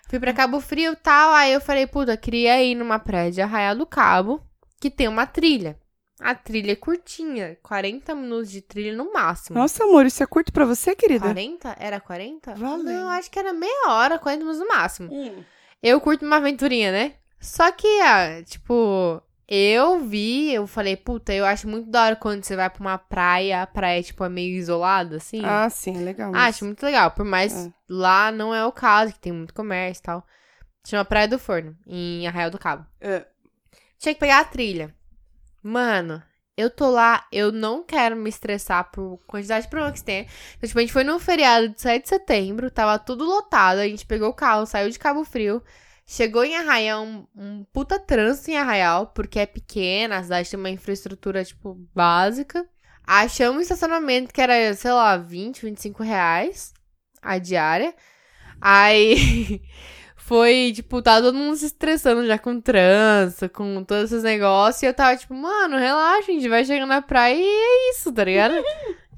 Speaker 1: Fui pra Cabo Frio e tal. Aí eu falei, puta, queria ir numa praia de Arraial do Cabo, que tem uma trilha. A trilha é curtinha, 40 minutos de trilha no máximo.
Speaker 2: Nossa, amor, isso é curto pra você, querida?
Speaker 1: 40? Era 40?
Speaker 2: Valendo.
Speaker 1: Não, acho que era meia hora, 40 minutos no máximo. Eu curto uma aventurinha, né? Só que, ah, tipo, eu vi, eu falei, puta, eu acho muito da hora quando você vai pra uma praia, a praia, tipo, é meio isolada, assim.
Speaker 2: Ah, sim, legal.
Speaker 1: Ah,
Speaker 2: mas-
Speaker 1: acho muito legal, por mais
Speaker 2: É.
Speaker 1: lá não é o caso, que tem muito comércio e tal. Chama Praia do Forno, em Arraial do Cabo.
Speaker 2: É.
Speaker 1: Tinha que pegar a trilha. Mano, eu tô lá, eu não quero me estressar por quantidade de problema que você tem. Então, tipo, a gente foi num feriado de 7 de setembro, tava tudo lotado, a gente pegou o carro, saiu de Cabo Frio, chegou em Arraial, um, um puta trânsito em Arraial, porque é pequena, a cidade tem uma infraestrutura, tipo, básica. Achamos um estacionamento que era, sei lá, 20, 25 reais a diária. Aí foi, tipo, tava todo mundo se estressando já com trança, com todos esses negócios. E eu tava tipo, mano, relaxa, a gente vai chegando na praia e é isso, tá ligado?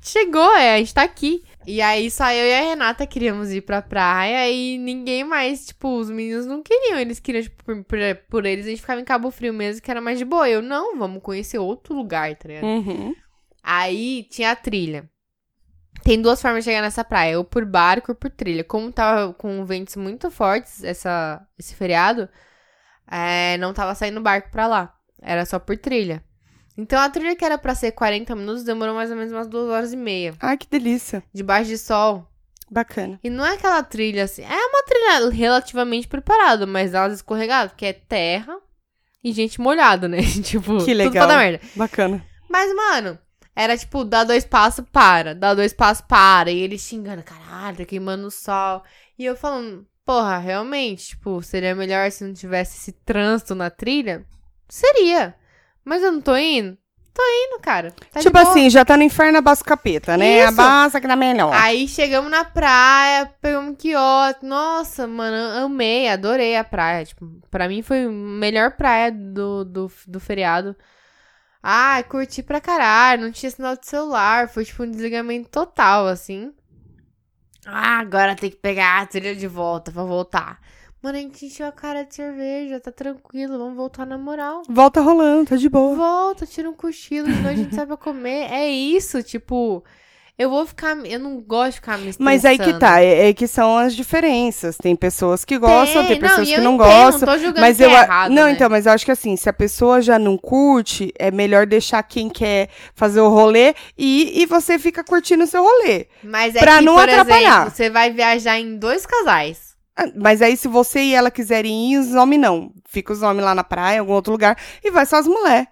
Speaker 1: Chegou, é, a gente tá aqui. E aí só eu e a Renata queríamos ir pra praia e ninguém mais, tipo, os meninos não queriam. Eles queriam, tipo, por, por, por eles a gente ficava em Cabo Frio mesmo, que era mais de boa. Eu, não, vamos conhecer outro lugar, tá ligado?
Speaker 2: Uhum.
Speaker 1: Aí tinha a trilha. Tem duas formas de chegar nessa praia, ou por barco ou por trilha. Como tava com ventos muito fortes essa, esse feriado, é, não tava saindo barco pra lá. Era só por trilha. Então a trilha que era pra ser 40 minutos demorou mais ou menos umas duas horas e meia.
Speaker 2: Ai, que delícia.
Speaker 1: Debaixo de sol,
Speaker 2: Bacana.
Speaker 1: e não é aquela trilha assim. É uma trilha relativamente preparada, mas elas escorregadas, porque é terra e gente molhada, né? tipo,
Speaker 2: Que
Speaker 1: Tudo
Speaker 2: legal.
Speaker 1: pra dar merda.
Speaker 2: Bacana.
Speaker 1: Mas, mano, era tipo, dá dois passos, para. Dá dois passos, para. E ele xingando, caralho, tá queimando o sol. E eu falando, porra, realmente, tipo, seria melhor se não tivesse esse trânsito na trilha? Seria. Mas eu não tô indo? Tô indo, cara. Tá de
Speaker 2: tipo
Speaker 1: boa.
Speaker 2: assim, já tá no inferno, abaixa o capeta, né?
Speaker 1: Isso. Ah.
Speaker 2: Abaixa que dá melhor.
Speaker 1: Aí chegamos na praia, pegamos um quiosque. Nossa, mano, amei, adorei a praia. Tipo, pra mim foi a melhor praia do, do, do feriado. Ah, curti pra caralho, não tinha sinal de celular, foi tipo um desligamento total, assim. Ah, agora tem que pegar a trilha de volta pra voltar. Mano, a gente encheu a cara de cerveja, tá tranquilo, vamos voltar na moral.
Speaker 2: Volta rolando, tá de boa.
Speaker 1: Volta, tira um cochilo, de noite a gente sai pra comer. É isso, tipo, eu vou ficar. Eu não gosto de ficar me
Speaker 2: Mas aí que
Speaker 1: estressando.
Speaker 2: tá, é, é que são as diferenças. Tem pessoas que gostam, tem, pessoas
Speaker 1: e
Speaker 2: que
Speaker 1: eu
Speaker 2: não
Speaker 1: entendo,
Speaker 2: gostam.
Speaker 1: Não tô julgando
Speaker 2: Mas
Speaker 1: que
Speaker 2: eu
Speaker 1: é
Speaker 2: a-
Speaker 1: errado,
Speaker 2: não,
Speaker 1: né?
Speaker 2: então, mas eu acho que assim, se a pessoa já não curte, é melhor deixar quem quer fazer o rolê e, e você fica curtindo o seu rolê.
Speaker 1: Mas é
Speaker 2: pra
Speaker 1: que,
Speaker 2: não
Speaker 1: por
Speaker 2: atrapalhar.
Speaker 1: exemplo, você vai viajar em dois casais.
Speaker 2: Ah, Mas aí, se você e ela quiserem ir, os homens não. Fica os homens lá na praia, em algum outro lugar, e vai só as mulheres.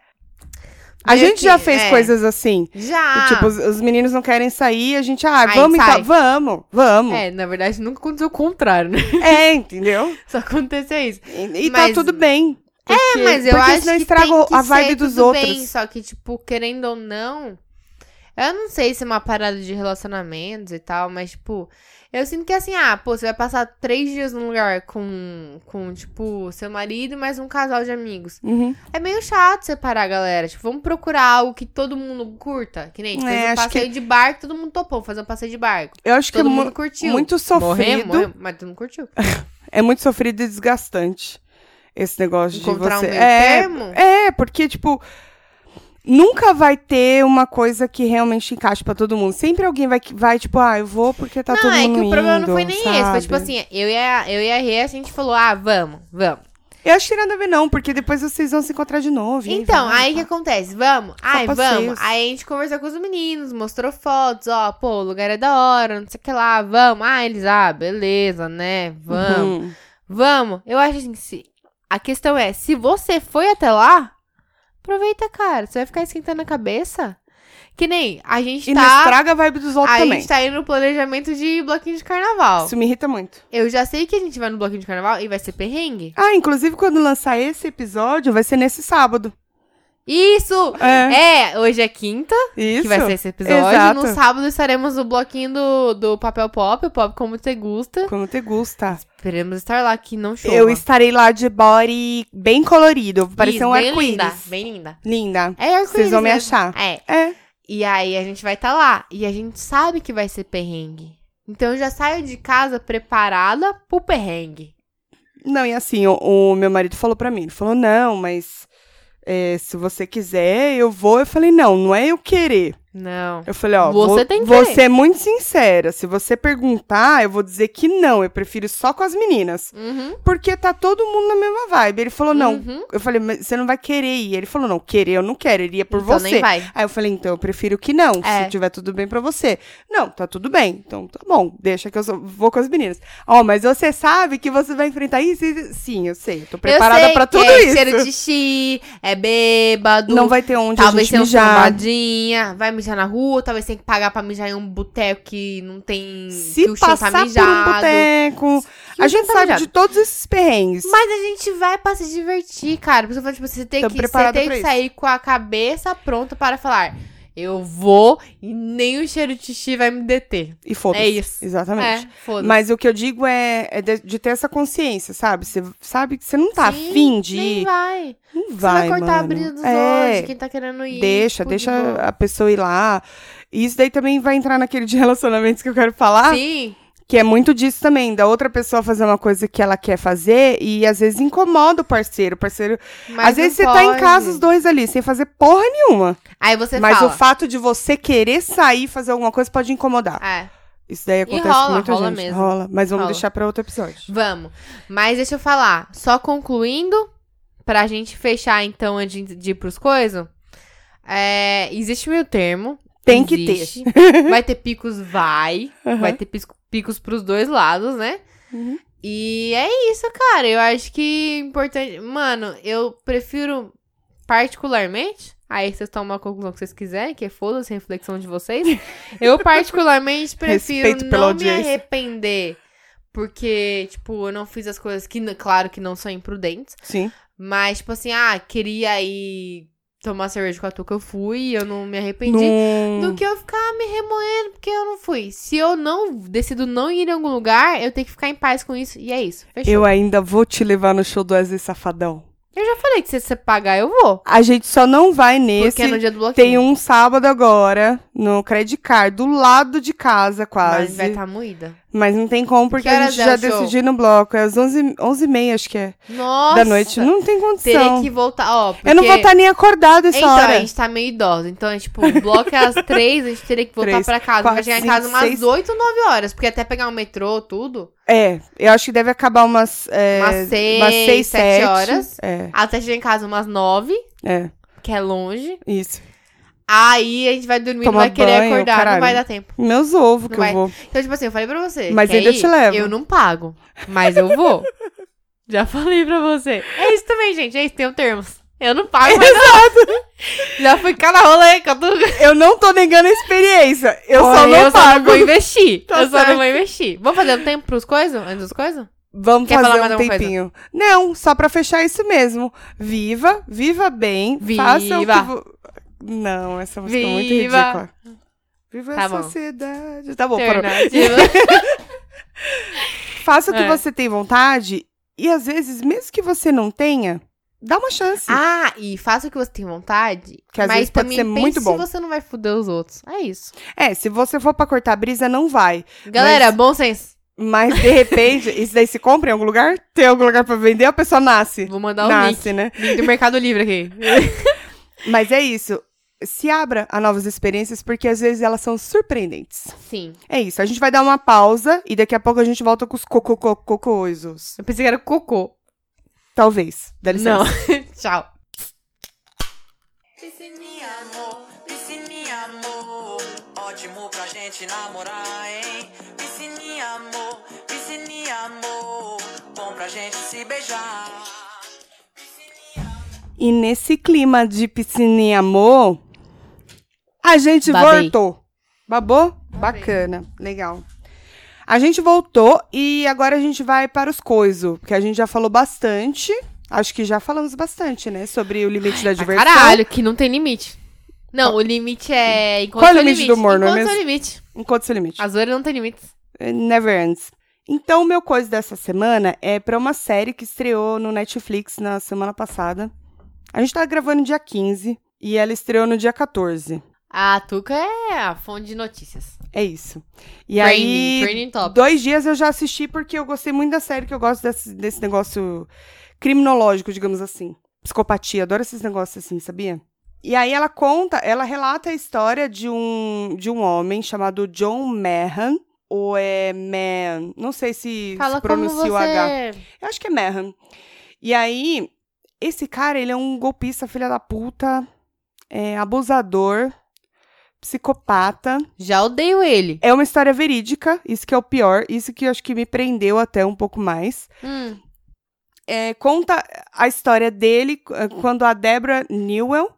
Speaker 2: A
Speaker 1: Meio
Speaker 2: gente
Speaker 1: que-
Speaker 2: já fez
Speaker 1: é.
Speaker 2: coisas assim.
Speaker 1: Já.
Speaker 2: Tipo, os, os meninos não querem sair, a gente, ah,
Speaker 1: Aí
Speaker 2: vamos
Speaker 1: sai.
Speaker 2: então. Vamos, vamos.
Speaker 1: É, na verdade, nunca aconteceu o contrário, né?
Speaker 2: É, entendeu?
Speaker 1: Só aconteceu isso.
Speaker 2: E, e
Speaker 1: Mas-
Speaker 2: tá tudo bem.
Speaker 1: É, mas eu
Speaker 2: porque
Speaker 1: acho
Speaker 2: senão
Speaker 1: que
Speaker 2: estraga
Speaker 1: tem que
Speaker 2: a vibe
Speaker 1: ser
Speaker 2: dos
Speaker 1: tudo
Speaker 2: outros.
Speaker 1: Bem, só que, tipo, querendo ou não, eu não sei se é uma parada de relacionamentos e tal, mas, tipo, eu sinto que assim, ah, pô, você vai passar três dias num lugar com, com tipo, seu marido e mais um casal de amigos.
Speaker 2: Uhum.
Speaker 1: É meio chato separar a galera. Tipo, vamos procurar algo que todo mundo curta. Que nem, a gente
Speaker 2: É,
Speaker 1: fez um
Speaker 2: acho
Speaker 1: passeio de barco, todo mundo topou fazer um passeio de barco.
Speaker 2: Eu acho que é
Speaker 1: Todo
Speaker 2: mu-
Speaker 1: mundo curtiu.
Speaker 2: muito
Speaker 1: Morremos,
Speaker 2: sofrido.
Speaker 1: morremos, mas todo mundo curtiu.
Speaker 2: É muito sofrido e desgastante esse negócio
Speaker 1: Encontrar
Speaker 2: de você.
Speaker 1: um meio
Speaker 2: é,
Speaker 1: termo.
Speaker 2: é, porque, tipo, nunca vai ter uma coisa que realmente encaixe pra todo mundo. Sempre alguém vai, que- vai tipo, ah, eu vou porque tá todo
Speaker 1: não, é
Speaker 2: mundo.
Speaker 1: que o problema não
Speaker 2: indo,
Speaker 1: foi nem esse. Foi
Speaker 2: sabe?
Speaker 1: tipo assim, eu e a, eu e a Rê, a gente falou, ah, vamos, vamos.
Speaker 2: Eu acho que nada a ver, não, porque depois vocês vão se encontrar de novo. e
Speaker 1: então,
Speaker 2: vai, tá.
Speaker 1: aí o que
Speaker 2: vai.
Speaker 1: acontece? Vamos? Ai, vamos.
Speaker 2: passeios.
Speaker 1: Aí a gente conversou com os meninos, mostrou fotos, ó, pô, o lugar é da hora, não sei o que lá, vamos. Ah, eles, ah, beleza, né? Vamos.
Speaker 2: Uhum.
Speaker 1: Vamos, eu acho assim, se... a questão é, se você foi até lá, aproveita, cara. Você vai ficar esquentando a cabeça? Que nem, a gente
Speaker 2: E não
Speaker 1: tá...
Speaker 2: estraga a vibe dos outros
Speaker 1: A
Speaker 2: também.
Speaker 1: gente tá indo no planejamento de bloquinho de carnaval.
Speaker 2: Isso me irrita muito.
Speaker 1: Eu já sei que a gente vai no bloquinho de carnaval e vai ser perrengue.
Speaker 2: Ah, inclusive quando lançar esse episódio, vai ser nesse sábado.
Speaker 1: Isso!
Speaker 2: É,
Speaker 1: É, hoje é quinta,
Speaker 2: isso.
Speaker 1: que vai ser esse episódio.
Speaker 2: Exato.
Speaker 1: No sábado estaremos no bloquinho do, do Papel Pop, o Pop Como Te Gusta.
Speaker 2: Como te gusta.
Speaker 1: Esperemos estar lá, que não chova.
Speaker 2: tá? Eu estarei lá de body bem colorido. Vou parecer
Speaker 1: Isso,
Speaker 2: um
Speaker 1: bem
Speaker 2: arco-íris.
Speaker 1: linda, bem linda.
Speaker 2: Linda.
Speaker 1: É arco-íris
Speaker 2: Vocês vão me
Speaker 1: mesmo.
Speaker 2: achar.
Speaker 1: É,
Speaker 2: É.
Speaker 1: E aí a gente vai estar tá lá. E a gente sabe que vai ser perrengue. Então eu já saio de casa preparada pro perrengue.
Speaker 2: Não, e assim, o, o meu marido falou pra mim, ele falou, não, mas é, se você quiser, eu vou. Eu falei, não, não é eu querer.
Speaker 1: Não.
Speaker 2: Eu falei, ó,
Speaker 1: Você
Speaker 2: vou,
Speaker 1: tem que
Speaker 2: vou
Speaker 1: querer.
Speaker 2: ser muito sincera. Se você perguntar, eu vou dizer que não. Eu prefiro só com as meninas.
Speaker 1: Uhum.
Speaker 2: Porque tá todo mundo na mesma vibe. Ele falou, não.
Speaker 1: Uhum.
Speaker 2: Eu falei, mas você não vai querer ir. Ele falou, não, querer eu não quero, iria por
Speaker 1: Então
Speaker 2: você.
Speaker 1: nem vai.
Speaker 2: Aí eu falei, então eu prefiro que não,
Speaker 1: É.
Speaker 2: se tiver tudo bem pra você. Não, tá tudo bem. Então tá bom, deixa que eu sou- vou com as meninas. Ó, mas você sabe que você vai enfrentar isso? e- Sim, eu sei. Tô
Speaker 1: eu
Speaker 2: preparada
Speaker 1: sei
Speaker 2: pra
Speaker 1: que
Speaker 2: tudo
Speaker 1: é
Speaker 2: isso.
Speaker 1: cheiro de xixi, é bêbado.
Speaker 2: Não vai ter onde
Speaker 1: Talvez um
Speaker 2: a gente
Speaker 1: seja
Speaker 2: mijar.
Speaker 1: fumadinha, vai mijar na rua, talvez tem que pagar pra mijar em um boteco que não tem. que o
Speaker 2: Se
Speaker 1: chão
Speaker 2: passar
Speaker 1: tá mijado.
Speaker 2: por um boteco.
Speaker 1: que
Speaker 2: A
Speaker 1: o
Speaker 2: gente
Speaker 1: chão tá
Speaker 2: sabe
Speaker 1: mijado.
Speaker 2: de todos esses perrengues.
Speaker 1: Mas a gente vai pra se divertir, cara. Porque eu falo, tipo, você tem
Speaker 2: Tô
Speaker 1: que, você
Speaker 2: preparada
Speaker 1: tem
Speaker 2: pra
Speaker 1: que
Speaker 2: isso.
Speaker 1: sair com a cabeça pronta para falar. Eu vou e nem o cheiro de xixi vai me deter.
Speaker 2: E foda-se.
Speaker 1: É isso.
Speaker 2: Exatamente.
Speaker 1: É, foda-se.
Speaker 2: Mas o que eu digo é, é de, de ter essa consciência, sabe? Você sabe que você não tá
Speaker 1: Sim,
Speaker 2: afim de
Speaker 1: Nem
Speaker 2: ir.
Speaker 1: vai.
Speaker 2: Não
Speaker 1: Você vai
Speaker 2: vai,
Speaker 1: cortar
Speaker 2: mano.
Speaker 1: a brisa dos olhos
Speaker 2: é,
Speaker 1: de quem tá querendo ir.
Speaker 2: Deixa,
Speaker 1: tipo, de
Speaker 2: deixa
Speaker 1: boa.
Speaker 2: a pessoa ir lá. E isso daí também vai entrar naquele de relacionamentos que eu quero falar.
Speaker 1: Sim.
Speaker 2: Que é muito disso também, da outra pessoa fazer uma coisa que ela quer fazer e às vezes incomoda o parceiro. O parceiro.
Speaker 1: Mas
Speaker 2: às vezes
Speaker 1: não
Speaker 2: você tá em
Speaker 1: pode.
Speaker 2: casa os dois ali, sem fazer porra nenhuma.
Speaker 1: Aí você
Speaker 2: mas
Speaker 1: fala.
Speaker 2: o fato de você querer sair e fazer alguma coisa pode incomodar.
Speaker 1: É,
Speaker 2: Isso daí acontece
Speaker 1: rola,
Speaker 2: com muita
Speaker 1: rola
Speaker 2: gente.
Speaker 1: mesmo.
Speaker 2: Rola, mas vamos
Speaker 1: Rola.
Speaker 2: deixar pra outro episódio.
Speaker 1: vamos. Mas deixa eu falar. Só concluindo, pra gente fechar então antes de ir pros coisas. É, existe meio termo.
Speaker 2: Tem que ter.
Speaker 1: existe. Vai ter picos, vai.
Speaker 2: Aham.
Speaker 1: Vai ter pisco- picos pros dois lados, né?
Speaker 2: Uhum.
Speaker 1: E é isso, cara. Eu acho que é importante. Mano, eu prefiro particularmente. Aí vocês tomam a conclusão que vocês quiserem, que é foda-se a reflexão de vocês. Eu particularmente prefiro
Speaker 2: Respeito pela
Speaker 1: não me
Speaker 2: audiência.
Speaker 1: arrepender. Porque, tipo, eu não fiz as coisas que, n- claro, que não são imprudentes.
Speaker 2: Sim.
Speaker 1: Mas, tipo assim, ah, queria ir tomar cerveja com a tua que eu fui e eu não me arrependi
Speaker 2: Num-
Speaker 1: do que eu ficar me remoendo porque eu não fui. Se eu não decido não ir em algum lugar, eu tenho que ficar em paz com isso. E é isso. Fechou.
Speaker 2: Eu ainda vou te levar no show do Wesley Safadão.
Speaker 1: Eu, já falei que se você pagar, eu vou.
Speaker 2: A gente só não vai nesse.
Speaker 1: Porque é no dia do bloqueio.
Speaker 2: Tem um sábado agora, no Credit Card, do lado de casa quase.
Speaker 1: Mas
Speaker 2: Mas,
Speaker 1: vai estar tá moída.
Speaker 2: não tem como, porque
Speaker 1: Que
Speaker 2: a
Speaker 1: horas
Speaker 2: gente
Speaker 1: é
Speaker 2: já
Speaker 1: o show?
Speaker 2: decidiu no bloco. É às 11, 11 e meia, acho que é.
Speaker 1: Nossa.
Speaker 2: Da noite. Não tem
Speaker 1: Teria
Speaker 2: condição.
Speaker 1: que voltar, ó.
Speaker 2: Eu não vou
Speaker 1: porque-
Speaker 2: estar nem acordado essa
Speaker 1: Então,
Speaker 2: hora.
Speaker 1: a gente tá meio idosa. Então, é tipo, o bloco é às três, a gente teria que voltar
Speaker 2: Três,
Speaker 1: pra casa.
Speaker 2: quatro,
Speaker 1: vai chegar em
Speaker 2: cinco,
Speaker 1: casa umas
Speaker 2: seis.
Speaker 1: oito, nove horas. Porque até pegar o metrô, tudo,
Speaker 2: É, eu acho que deve acabar umas. É,
Speaker 1: Umas seis,
Speaker 2: umas seis,
Speaker 1: sete
Speaker 2: sete
Speaker 1: horas.
Speaker 2: É,
Speaker 1: até chegar em casa umas nove,
Speaker 2: é.
Speaker 1: que é longe.
Speaker 2: Isso.
Speaker 1: Aí a gente vai dormir, não
Speaker 2: Tomar
Speaker 1: vai querer
Speaker 2: banho,
Speaker 1: acordar, não
Speaker 2: caralho.
Speaker 1: vai dar tempo.
Speaker 2: Meus ovos que
Speaker 1: Vai.
Speaker 2: eu vou.
Speaker 1: Então, tipo assim, eu falei pra você.
Speaker 2: Mas
Speaker 1: quer
Speaker 2: ainda eu te
Speaker 1: ir?
Speaker 2: levo.
Speaker 1: Eu não pago, mas eu vou. Já falei pra você. É isso também, gente. É isso, tem um termos. Eu não pago, mas Exato. Já fui cada rola aí, catuca.
Speaker 2: Eu não tô negando a experiência. Eu só não
Speaker 1: eu Só não
Speaker 2: pago.
Speaker 1: vou investir.
Speaker 2: Tá
Speaker 1: eu só não
Speaker 2: certo.
Speaker 1: vou investir. Vamos fazer um tempo pros coisas? Antes dos coisas?
Speaker 2: Vamos
Speaker 1: Quer falar
Speaker 2: fazer
Speaker 1: mais
Speaker 2: um
Speaker 1: alguma
Speaker 2: tempinho. Não, só pra fechar isso mesmo. Viva, viva bem.
Speaker 1: Viva.
Speaker 2: Faça o que vo- Não, essa música é muito
Speaker 1: Viva.
Speaker 2: ridícula. Viva
Speaker 1: Tá
Speaker 2: a
Speaker 1: bom.
Speaker 2: sociedade. Tá bom, parou.
Speaker 1: Alternativa.
Speaker 2: Faça o que
Speaker 1: É.
Speaker 2: você tem vontade e às vezes, mesmo que você não tenha, dá uma chance.
Speaker 1: ah, e faça o que você tem vontade.
Speaker 2: Que às
Speaker 1: mas
Speaker 2: vezes pode
Speaker 1: também
Speaker 2: ser
Speaker 1: pense
Speaker 2: muito bom.
Speaker 1: se você não vai foder os outros. É isso.
Speaker 2: É, se você for pra cortar a brisa, não vai.
Speaker 1: Galera, bom senso.
Speaker 2: Mas de repente, isso daí se compra em algum lugar? Tem algum lugar pra vender? A pessoa nasce.
Speaker 1: Vou mandar o
Speaker 2: nasce, né?
Speaker 1: link. Link do Mercado Livre aqui.
Speaker 2: Mas é isso. Se abra a novas experiências, porque às vezes elas são surpreendentes.
Speaker 1: Sim.
Speaker 2: É isso. A gente vai dar uma pausa e daqui a pouco a gente volta com os cococococoisos.
Speaker 1: Eu pensei que era cocô.
Speaker 2: Talvez. Dá licença.
Speaker 1: Não. Tchau.
Speaker 3: Disse me amor, disse me amor. Ótimo pra gente namorar, hein? Disse me amor, disse me amor. Bom pra gente se beijar. Disse me amor.
Speaker 2: E nesse clima de piscina e amor, a gente
Speaker 1: Babei.
Speaker 2: voltou. Babou? Bacana. Legal. A gente voltou e agora a gente vai para os coisos, porque a gente já falou bastante. Acho que já falamos bastante, né? Sobre o limite da
Speaker 1: Pra
Speaker 2: diversão.
Speaker 1: Caralho, que não tem limite. Não, o limite é. Enquanto
Speaker 2: Qual é o
Speaker 1: seu
Speaker 2: limite do humor, não é
Speaker 1: Enquanto seu
Speaker 2: mesmo?
Speaker 1: limite.
Speaker 2: Enquanto seu limite.
Speaker 1: A zoeira não tem limites.
Speaker 2: eh, Never Ends. Então, o meu coisa dessa semana é pra uma série que estreou no Netflix na semana passada. A gente tá gravando dia 15 e ela estreou no dia 14.
Speaker 1: A Tuca é a fonte de notícias.
Speaker 2: É isso. E
Speaker 1: training,
Speaker 2: aí,
Speaker 1: training top.
Speaker 2: dois dias eu já assisti porque eu gostei muito da série, que eu gosto desse, desse negócio criminológico, digamos assim. Psicopatia, adoro esses negócios assim, sabia? E aí ela conta, ela relata a história de um, de um homem chamado John Mahan, ou é Man, não sei se,
Speaker 1: Fala
Speaker 2: se
Speaker 1: como
Speaker 2: pronuncia
Speaker 1: você...
Speaker 2: o H. Eu acho que é Mahan. E aí, esse cara, ele é um golpista, filha da puta, é, abusador, psicopata.
Speaker 1: Já odeio ele.
Speaker 2: É uma história verídica, isso que é o pior, isso que eu acho que me prendeu até um pouco mais.
Speaker 1: Hum,
Speaker 2: É, conta a história dele eh, quando a Deborah Newell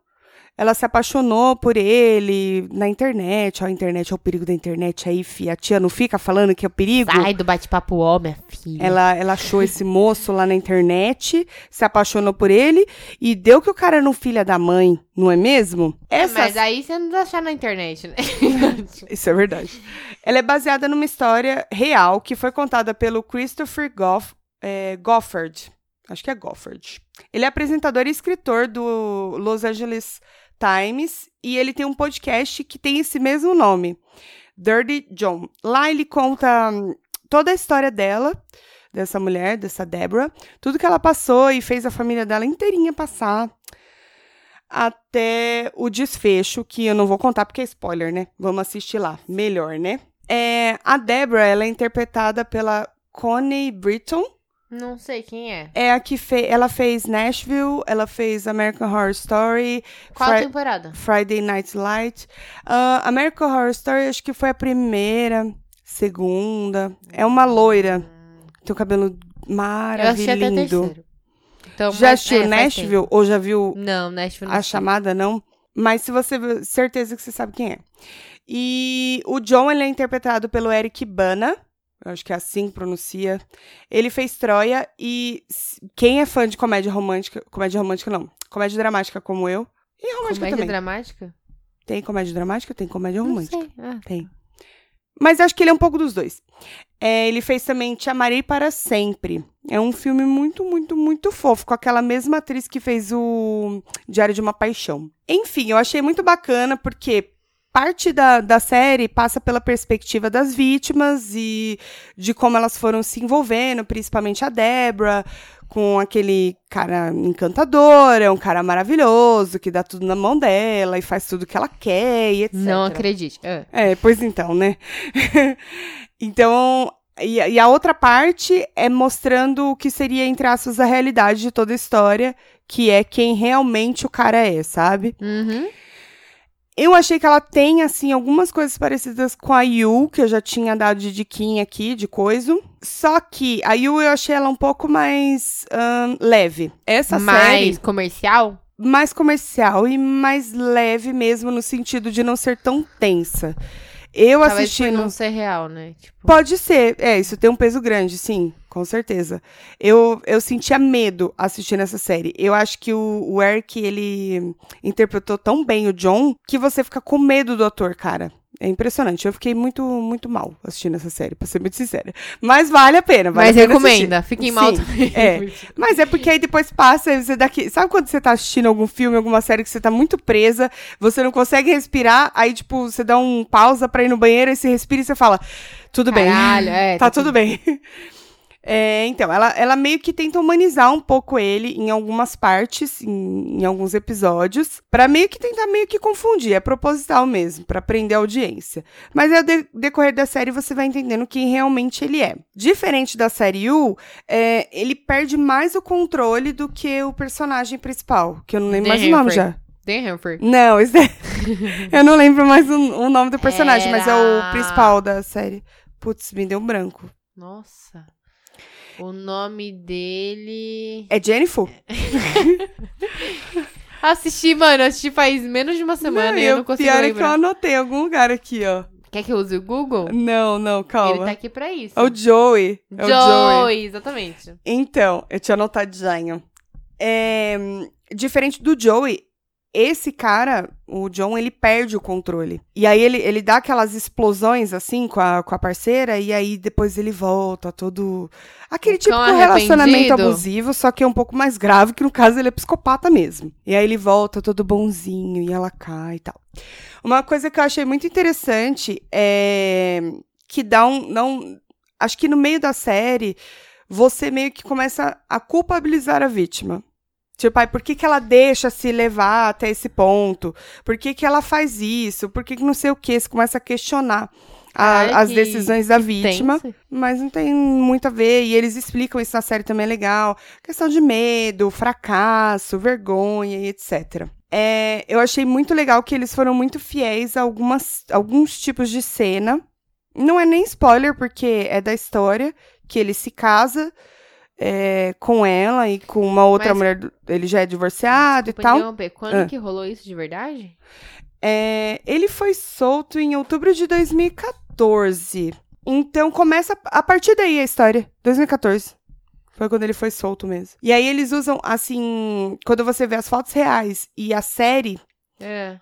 Speaker 2: ela se apaixonou por ele na internet. Ó, a internet, ó, o perigo da internet aí, fi. A tia não fica falando que é o perigo?
Speaker 1: sai do bate-papo ó, minha filha.
Speaker 2: Ela, ela achou esse moço lá na internet, se apaixonou por ele e deu que o cara era um filho da mãe, não é mesmo?
Speaker 1: É,
Speaker 2: Essa
Speaker 1: Mas aí você não vai achar na internet, né?
Speaker 2: Isso é verdade. Ela é baseada numa história real que foi contada pelo Christopher Goff, é, Gofford. Acho que é Gofford. Ele é apresentador e escritor do Los Angeles Times e ele tem um podcast que tem esse mesmo nome, Dirty John. Lá ele conta hum, toda a história dela, dessa mulher, dessa Deborah, tudo que ela passou e fez a família dela inteirinha passar até o desfecho, que eu não vou contar porque é spoiler, né? Vamos assistir lá, melhor, né? É, a Deborah, ela é interpretada pela Connie Britton,
Speaker 1: não sei quem é.
Speaker 2: é a que fez, ela fez Nashville, ela fez American Horror Story,
Speaker 1: Qual
Speaker 2: Fri-
Speaker 1: a temporada?
Speaker 2: Friday Night Light, Ah, American Horror Story, acho que foi a primeira, segunda, é uma loira, tem o cabelo
Speaker 1: Hum. Eu assisti até
Speaker 2: maravilhoso.
Speaker 1: terceiro. Então,
Speaker 2: Já
Speaker 1: mas-
Speaker 2: assistiu
Speaker 1: é, faz tempo.
Speaker 2: Nashville ou já viu
Speaker 1: Não, Nashville não
Speaker 2: a
Speaker 1: assisti.
Speaker 2: chamada, não. Mas se você. Certeza que você sabe quem é. E o John, ele é interpretado pelo Eric Bana. Eu acho que é assim que pronuncia. Ele fez Troia e s- quem é fã de comédia romântica. Comédia romântica, não. Comédia dramática como eu. E romântica
Speaker 1: Comédia
Speaker 2: também.
Speaker 1: dramática?
Speaker 2: Tem comédia dramática, tem comédia
Speaker 1: Não
Speaker 2: romântica.
Speaker 1: sei. Ah,
Speaker 2: Tem. Mas acho que ele é um pouco dos dois. É, ele fez também Te Amarei Para Sempre. É um filme muito, muito, muito fofo, com aquela mesma atriz que fez o Diário de uma Paixão. Enfim, eu achei muito bacana, porque parte da, da série passa pela perspectiva das vítimas e de como elas foram se envolvendo, principalmente a Débora, com aquele cara encantador, é um cara maravilhoso, que dá tudo na mão dela e faz tudo que ela quer e etc.
Speaker 1: não acredite. Ah,
Speaker 2: É, pois então, né? então, e, a- e a outra parte é mostrando o que seria, entre aspas, a realidade de toda a história, que é quem realmente o cara é, sabe?
Speaker 1: Uhum.
Speaker 2: Eu achei que ela tem, assim, algumas coisas parecidas com a Yu, que eu já tinha dado de diquinha aqui, de coisa. Só que a Yu eu achei ela um pouco mais ahn, leve. Essa série
Speaker 1: Mais comercial?
Speaker 2: mais comercial e mais leve mesmo, no sentido de não ser tão tensa. Eu
Speaker 1: Talvez
Speaker 2: assisti
Speaker 1: por
Speaker 2: no...
Speaker 1: não ser real, né? Tipo,
Speaker 2: Pode ser. É, isso tem um peso grande, sim, com certeza. Eu, eu sentia medo assistindo essa série. Eu acho que o, o Eric, ele interpretou tão bem o John que você fica com medo do ator, cara. É impressionante. Eu fiquei muito, muito mal assistindo essa série, pra ser muito sincera. Mas vale a pena, vale
Speaker 1: mas
Speaker 2: a pena assistir.
Speaker 1: recomenda. Fiquem mal
Speaker 2: Sim,
Speaker 1: também.
Speaker 2: é. Mas é porque aí depois passa e você daqui. Sabe quando você tá assistindo algum filme, alguma série que você tá muito presa, você não consegue respirar, aí, tipo, você dá um pausa pra ir no banheiro, aí você respira e você fala: tudo
Speaker 1: Caralho,
Speaker 2: bem.
Speaker 1: é, tá
Speaker 2: tá, tudo, bem. É, então, ela, ela meio que tenta humanizar um pouco ele em algumas partes, em, em alguns episódios, pra meio que tentar meio que confundir, é proposital mesmo, pra prender a audiência. Mas ao de- decorrer da série você vai entendendo quem realmente ele é. Diferente da série You, é, ele perde mais o controle do que o personagem principal, que eu não lembro
Speaker 1: Dan
Speaker 2: mais o nome
Speaker 1: Humphrey.
Speaker 2: já.
Speaker 1: Tem Humphrey.
Speaker 2: Não, esse é... eu não lembro mais o, o nome do personagem, mas é
Speaker 1: Era-
Speaker 2: o principal da série. Putz, me deu um branco.
Speaker 1: Nossa. O nome dele.
Speaker 2: É Jennifer?
Speaker 1: Assisti, mano. Assisti faz menos de uma semana e eu não consigo
Speaker 2: pior é que eu
Speaker 1: lembrar.
Speaker 2: anotei em algum lugar aqui, ó.
Speaker 1: Quer que eu use o Google?
Speaker 2: Não, não,
Speaker 1: Ele tá
Speaker 2: calma.
Speaker 1: aqui pra isso.
Speaker 2: É o Joey. É o Joey.
Speaker 1: Joey, exatamente.
Speaker 2: Então, eu tinha anotadinho. É, diferente do Joey, esse cara, o John, ele perde o controle. E aí ele, ele dá aquelas explosões, assim, com a, com a parceira, e aí depois ele volta todo... Aquele
Speaker 1: Cão
Speaker 2: tipo de relacionamento
Speaker 1: arrependido.
Speaker 2: abusivo, só que é um pouco mais grave, que no caso ele é psicopata mesmo. E aí ele volta todo bonzinho, e ela cai e tal. Uma coisa que eu achei muito interessante é que dá um... Não, acho que no meio da série, você meio que começa a culpabilizar a vítima. Tipo, ai, por que, que ela deixa se levar até esse ponto? Por que, que ela faz isso? Por que, que não sei o quê? Você começa a questionar a-
Speaker 1: Ai,
Speaker 2: as
Speaker 1: que-
Speaker 2: decisões da vítima.
Speaker 1: Tenso.
Speaker 2: Mas não tem muito a ver. E eles explicam isso na série também é legal. Questão de medo, fracasso, vergonha e etc. É, eu achei muito legal que eles foram muito fiéis a algumas, alguns tipos de cena. Não é nem spoiler, porque é da história que ele se casa é, com ela e com uma outra
Speaker 1: Mas-
Speaker 2: mulher. do- Ele já é divorciado
Speaker 1: Desculpa
Speaker 2: e tal.
Speaker 1: interromper, Quando
Speaker 2: Ah.
Speaker 1: que rolou isso de verdade?
Speaker 2: É, ele foi solto em outubro de 2014. Então começa a partir daí a história. 2014. Foi quando ele foi solto mesmo. E aí eles usam, assim, quando você vê as fotos reais e a série,
Speaker 1: É.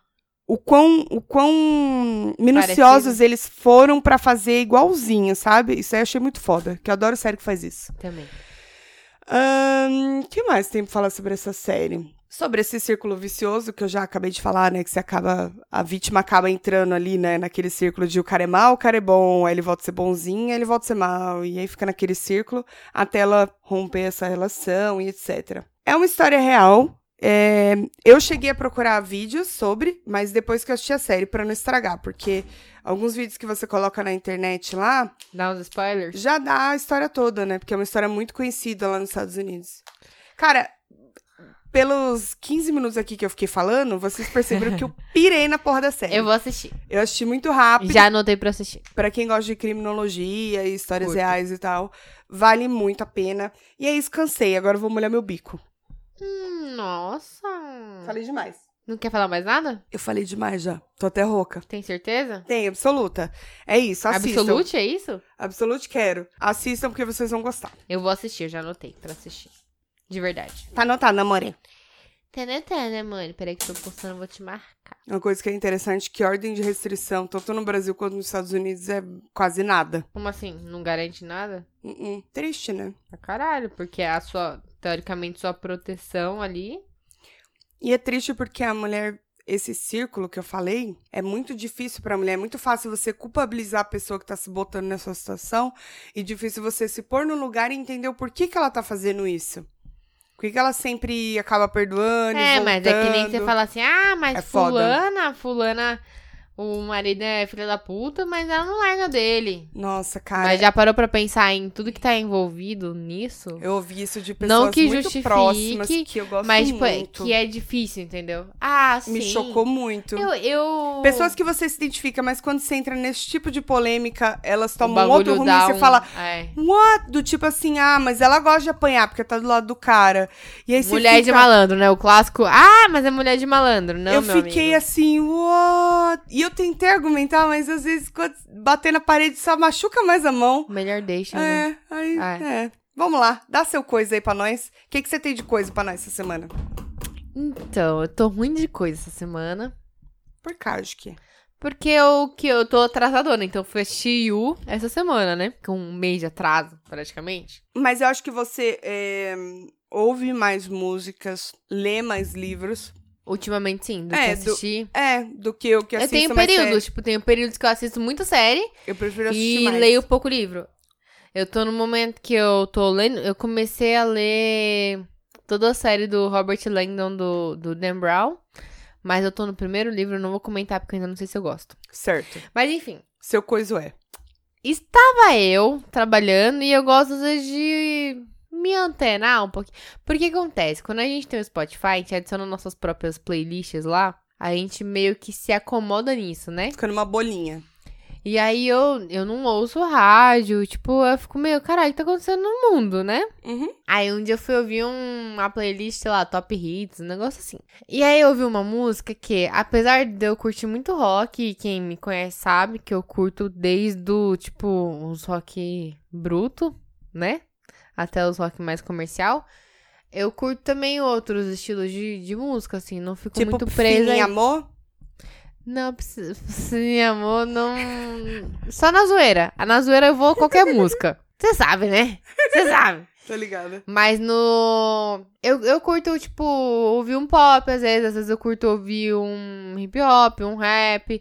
Speaker 2: o quão, o quão minuciosos
Speaker 1: Parecido.
Speaker 2: eles foram pra fazer igualzinho, sabe? Isso aí eu achei muito foda, que eu adoro série que faz isso.
Speaker 1: Também.
Speaker 2: Ahn, que mais tem pra falar sobre essa série? Sobre esse círculo vicioso que eu já acabei de falar, né? Que você acaba. A vítima acaba entrando ali, né? Naquele círculo de o cara é mal, o cara é bom, aí ele volta a ser bonzinho, aí ele volta a ser mal. E aí fica naquele círculo até ela romper essa relação e etc. É uma história real. é, eu cheguei a procurar vídeos sobre, mas depois que eu assisti a série, pra não estragar, porque alguns vídeos que você coloca na internet lá,
Speaker 1: Dá uns spoilers?
Speaker 2: já dá a história toda, né? Porque é uma história muito conhecida lá nos Estados Unidos. Cara, pelos 15 minutos aqui que eu fiquei falando, vocês perceberam que eu pirei na porra da série.
Speaker 1: Eu vou assistir.
Speaker 2: Eu assisti muito rápido.
Speaker 1: Já anotei pra assistir.
Speaker 2: Pra quem gosta de criminologia e histórias
Speaker 1: Curto.
Speaker 2: reais e tal, vale muito a pena. E é isso, cansei. Agora eu vou molhar meu bico.
Speaker 1: Hum, Nossa.
Speaker 2: Falei demais.
Speaker 1: Não quer falar mais nada?
Speaker 2: Eu falei demais já. Tô até rouca.
Speaker 1: Tem certeza?
Speaker 2: Tem, absoluta. É isso, assistam.
Speaker 1: Absolute, é isso?
Speaker 2: Absolute quero. Assistam porque vocês vão gostar.
Speaker 1: Eu vou assistir, eu já anotei pra assistir. De verdade.
Speaker 2: Tá anotado, namorei.
Speaker 1: Tenetê, né, mãe? Peraí que eu tô postando, eu vou te marcar.
Speaker 2: Uma coisa que é interessante que ordem de restrição, tanto no Brasil quanto nos Estados Unidos, é quase nada.
Speaker 1: Como assim? Não garante nada?
Speaker 2: Uh-uh. Triste, né?
Speaker 1: Pra caralho, porque a sua, teoricamente, sua proteção ali.
Speaker 2: E é triste porque a mulher, esse círculo que eu falei, é muito difícil pra mulher. É muito fácil você culpabilizar a pessoa que tá se botando nessa situação e difícil você se pôr no lugar e entender o porquê que ela tá fazendo isso. Por que que ela sempre acaba perdoando? e
Speaker 1: é, mas é que nem
Speaker 2: Tá voltando?
Speaker 1: você fala assim, ah, mas
Speaker 2: É foda.
Speaker 1: fulana, fulana, o marido é filha da puta, mas ela não larga dele.
Speaker 2: Nossa, cara.
Speaker 1: Mas já parou pra pensar em tudo que tá envolvido nisso?
Speaker 2: Eu ouvi isso de pessoas
Speaker 1: Não que
Speaker 2: muito
Speaker 1: justifique,
Speaker 2: próximas que eu gosto
Speaker 1: Mas, tipo, é-
Speaker 2: muito.
Speaker 1: que é difícil, entendeu? Ah, sim.
Speaker 2: Me chocou muito.
Speaker 1: Eu, eu...
Speaker 2: Pessoas que você se identifica, mas quando você entra nesse tipo de polêmica, elas
Speaker 1: O
Speaker 2: tomam
Speaker 1: bagulho
Speaker 2: outro rumo e
Speaker 1: dá
Speaker 2: você
Speaker 1: um-
Speaker 2: fala.
Speaker 1: é.
Speaker 2: What? Do tipo assim, ah, mas ela gosta de apanhar porque tá do lado do cara. E aí você
Speaker 1: Mulher de
Speaker 2: fica-
Speaker 1: malandro, né? O clássico. Ah, mas é mulher de malandro. Não,
Speaker 2: eu
Speaker 1: meu
Speaker 2: fiquei
Speaker 1: amigo.
Speaker 2: assim, what? E eu tentei argumentar, mas às vezes quando bater na parede só machuca mais a mão.
Speaker 1: Melhor deixa, né?
Speaker 2: assim, É, aí, é. Vamos lá, dá seu coisa aí pra nós. O que, que você tem de coisa pra nós essa semana?
Speaker 1: Então, eu tô ruim de coisa essa semana.
Speaker 2: Por causa que.
Speaker 1: Porque eu, que eu tô atrasadona. Então, foi Shiyu essa semana, né? Com um mês de atraso, praticamente.
Speaker 2: Mas eu acho que você é, ouve mais músicas, lê mais livros.
Speaker 1: Ultimamente, sim. Do
Speaker 2: É,
Speaker 1: que
Speaker 2: do-
Speaker 1: assistir.
Speaker 2: É, do que eu que
Speaker 1: Eu
Speaker 2: assisto.
Speaker 1: tenho
Speaker 2: mas é-
Speaker 1: períodos. Tipo, tenho períodos que eu assisto muita série.
Speaker 2: Eu prefiro assistir
Speaker 1: E
Speaker 2: mais.
Speaker 1: leio pouco livro. Eu tô no momento que eu tô lendo. Eu comecei a ler toda a série do Robert Langdon do, do Dan Brown. Mas eu tô no primeiro livro, eu não vou comentar porque eu ainda não sei se eu gosto.
Speaker 2: Certo.
Speaker 1: Mas enfim,
Speaker 2: Seu coiso é.
Speaker 1: estava eu trabalhando e eu gosto às vezes de me antenar um pouquinho. Porque acontece, quando a gente tem o Spotify, a gente adiciona nossas próprias playlists lá, a gente meio que se acomoda nisso, né?
Speaker 2: Fica numa bolinha.
Speaker 1: E aí eu, eu não ouço rádio, tipo, eu fico meio, caralho, o que tá acontecendo no mundo, né?
Speaker 2: Uhum.
Speaker 1: Aí um dia eu fui ouvir um- uma playlist, sei lá, top hits, um negócio assim. E aí eu ouvi uma música que, apesar de eu curtir muito rock, e quem me conhece sabe que eu curto desde o, tipo, uns rock bruto, né? Até os rock mais comercial. Eu curto também outros estilos de, de música, assim. Não fico
Speaker 2: Tipo,
Speaker 1: muito presa.
Speaker 2: Fininha
Speaker 1: em-
Speaker 2: amor?
Speaker 1: Não, precisa- sim, amor, não. Só na zoeira. Ah, Na zoeira eu vou qualquer música. Você sabe, né? Você sabe.
Speaker 2: Tô ligada.
Speaker 1: Mas no. Eu, eu curto, tipo, ouvir um pop, às vezes. Às vezes eu curto ouvir um hip hop, um rap.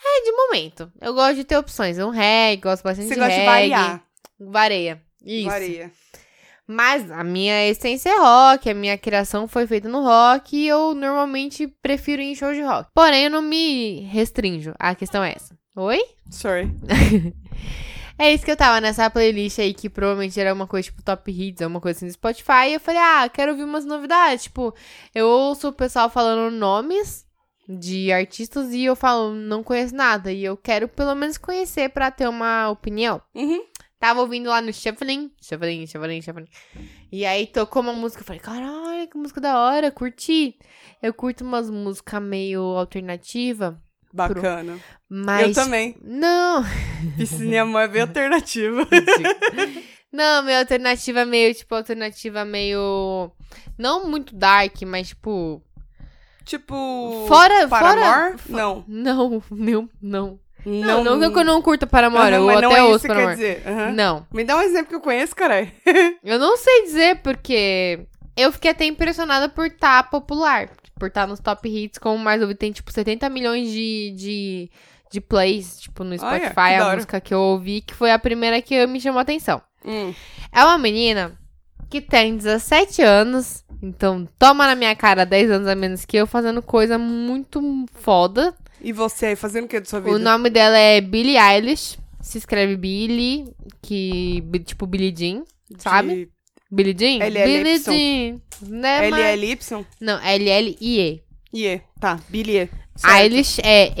Speaker 1: É de momento. Eu gosto de ter opções. Um reggae, gosto bastante
Speaker 2: Você
Speaker 1: de
Speaker 2: gosta de
Speaker 1: reggae.
Speaker 2: variar.
Speaker 1: Vareia. Isso.
Speaker 2: Varia.
Speaker 1: Mas a minha essência é rock, a minha criação foi feita no rock e eu normalmente prefiro ir em show de rock. Porém, eu não me restrinjo. A questão é essa. Oi?
Speaker 2: Sorry.
Speaker 1: É isso que eu tava nessa playlist aí, que provavelmente era uma coisa tipo top hits, alguma coisa assim do Spotify. E eu falei, ah, quero ouvir umas novidades. Tipo, eu ouço o pessoal falando nomes de artistas e eu falo, não conheço nada. E eu quero pelo menos conhecer pra ter uma opinião.
Speaker 2: Uhum.
Speaker 1: Tava ouvindo lá no Shuffling, Shuffling, Shuffling, Shuffling. E aí tocou uma música, eu falei, caralho, que música da hora, curti. Eu curto umas músicas meio alternativa,
Speaker 2: Bacana.
Speaker 1: mas...
Speaker 2: Eu também.
Speaker 1: Não,
Speaker 2: Piscininha amor é bem alternativa.
Speaker 1: não, meio alternativa meio, tipo, alternativa meio... Não muito dark, mas tipo...
Speaker 2: tipo.
Speaker 1: Fora-
Speaker 2: Paramore? Não.
Speaker 1: Não, não, não. Não,
Speaker 2: Não,
Speaker 1: não, que eu não curto Paramore,
Speaker 2: Aham,
Speaker 1: eu
Speaker 2: mas
Speaker 1: até
Speaker 2: não é isso
Speaker 1: ouço
Speaker 2: que quer
Speaker 1: Paramore.
Speaker 2: dizer. Aham.
Speaker 1: Não,
Speaker 2: Me dá um exemplo que eu conheço, caralho.
Speaker 1: eu não sei dizer porque eu fiquei até impressionada por estar popular, por estar nos top hits, como mais ouvido, tem tipo 70 milhões de, de, de plays, tipo no
Speaker 2: Olha,
Speaker 1: Spotify,
Speaker 2: que da
Speaker 1: a
Speaker 2: hora.
Speaker 1: música que eu ouvi, que foi a primeira que me chamou a atenção. É uma menina que tem 17 anos, então toma na minha cara 10 anos a menos que eu, fazendo coisa muito foda.
Speaker 2: E você aí, fazendo o que da sua vida?
Speaker 1: O nome dela é Billie Eilish, se escreve Billie, que tipo Billie Jean.
Speaker 2: De
Speaker 1: sabe? Billie Jean?
Speaker 2: LL
Speaker 1: Billie
Speaker 2: Epson.
Speaker 1: Jean. Né, mas-
Speaker 2: LL, Y
Speaker 1: Não, L-L-I-E.
Speaker 2: e E. Tá, Billie. Certo.
Speaker 1: Eilish é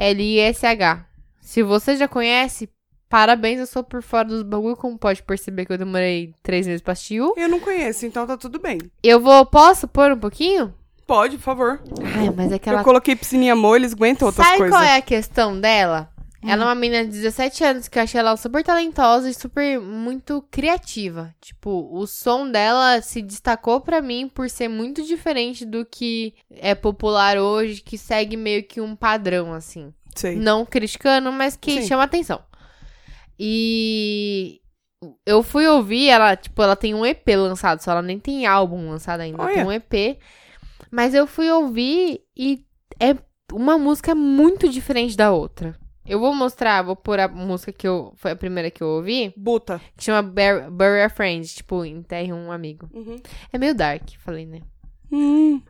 Speaker 1: E-I-L-I-S-H. Se você já conhece, parabéns, eu sou por fora dos bagulho, como pode perceber que eu demorei três meses pra assistir. o.
Speaker 2: Eu não conheço, então tá tudo bem.
Speaker 1: Eu vou, posso pôr um pouquinho?
Speaker 2: Pode, por favor.
Speaker 1: Ai, mas é que ela...
Speaker 2: Eu coloquei piscininha amor, eles aguentam outras
Speaker 1: Sabe
Speaker 2: coisas. Hum.
Speaker 1: qual é a questão dela? Ela é uma menina de 17 anos que eu achei ela super talentosa e super muito criativa. Tipo, o som dela se destacou pra mim por ser muito diferente do que é popular hoje, que segue meio que um padrão assim.
Speaker 2: Sei.
Speaker 1: Não criticando, mas que
Speaker 2: Sim.
Speaker 1: chama atenção. E eu fui ouvir, ela, tipo, ela tem um EP lançado, só ela nem tem álbum lançado ainda,
Speaker 2: Olha.
Speaker 1: tem um EP. Mas eu fui ouvir e é uma música muito diferente da outra. Eu vou mostrar, vou pôr a música que eu. Foi a primeira que eu ouvi,
Speaker 2: Buta.
Speaker 1: que chama Bur Bury a Friend, tipo, enterre um amigo.
Speaker 2: Uhum.
Speaker 1: É meio dark, falei, né?
Speaker 2: Hum.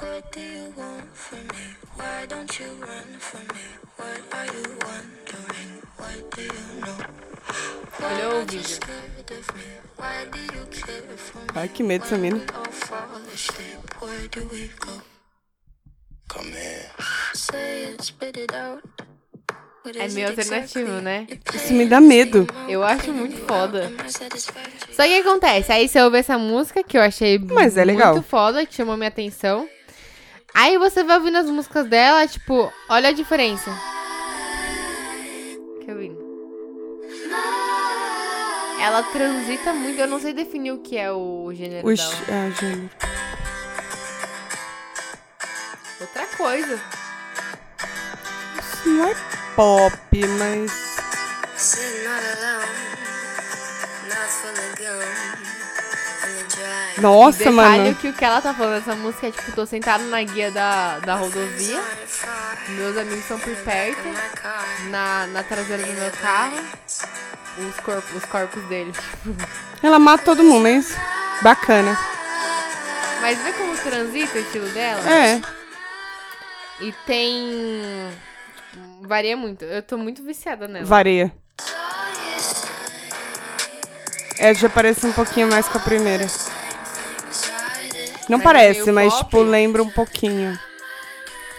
Speaker 4: What do you want from me? Why don't you run from me? What are you wondering? What do you know? Why
Speaker 1: Olhou o
Speaker 4: are you
Speaker 1: vídeo.
Speaker 4: scared of me? Why do you care for me?
Speaker 2: Ai, que medo dessa mina.
Speaker 4: When we all fall asleep, where do we go?
Speaker 5: Come here.
Speaker 4: Say it, spit it out. What
Speaker 1: É
Speaker 4: is
Speaker 1: meio
Speaker 4: it exactly?
Speaker 1: alternativo, né?
Speaker 2: Isso me dá medo.
Speaker 1: Eu acho muito foda.
Speaker 4: Am I satisfied?
Speaker 1: Só que acontece, aí você ouve essa música que eu achei
Speaker 2: Mas é legal.
Speaker 1: muito foda, que chamou minha atenção. Aí você vai ouvindo as músicas dela, tipo, olha a diferença. Quer ouvir? Ela transita muito, eu não sei definir o que é o gênero
Speaker 2: Ux,
Speaker 1: dela.
Speaker 2: ah, gênero.
Speaker 1: Outra coisa.
Speaker 2: Isso não é pop, mas.
Speaker 4: Sitting all alone, not full of gum, and the drive.
Speaker 2: Nossa,
Speaker 1: Detalhe
Speaker 2: mano.
Speaker 1: que o que ela tá falando nessa música é tipo, tô sentado na guia da, da rodovia, meus amigos estão por perto, na, na traseira do meu carro, os corpos, os corpos deles. tipo.
Speaker 2: Ela mata todo mundo, é isso? Bacana.
Speaker 1: Mas vê como transita o estilo dela?
Speaker 2: É.
Speaker 1: E tem. Varia muito. Eu tô muito viciada nela.
Speaker 2: Vareia. É, já parece um pouquinho mais com a primeira. Não
Speaker 1: Mas é
Speaker 2: parece,
Speaker 1: meio
Speaker 2: mas
Speaker 1: pop?
Speaker 2: tipo, lembra um pouquinho.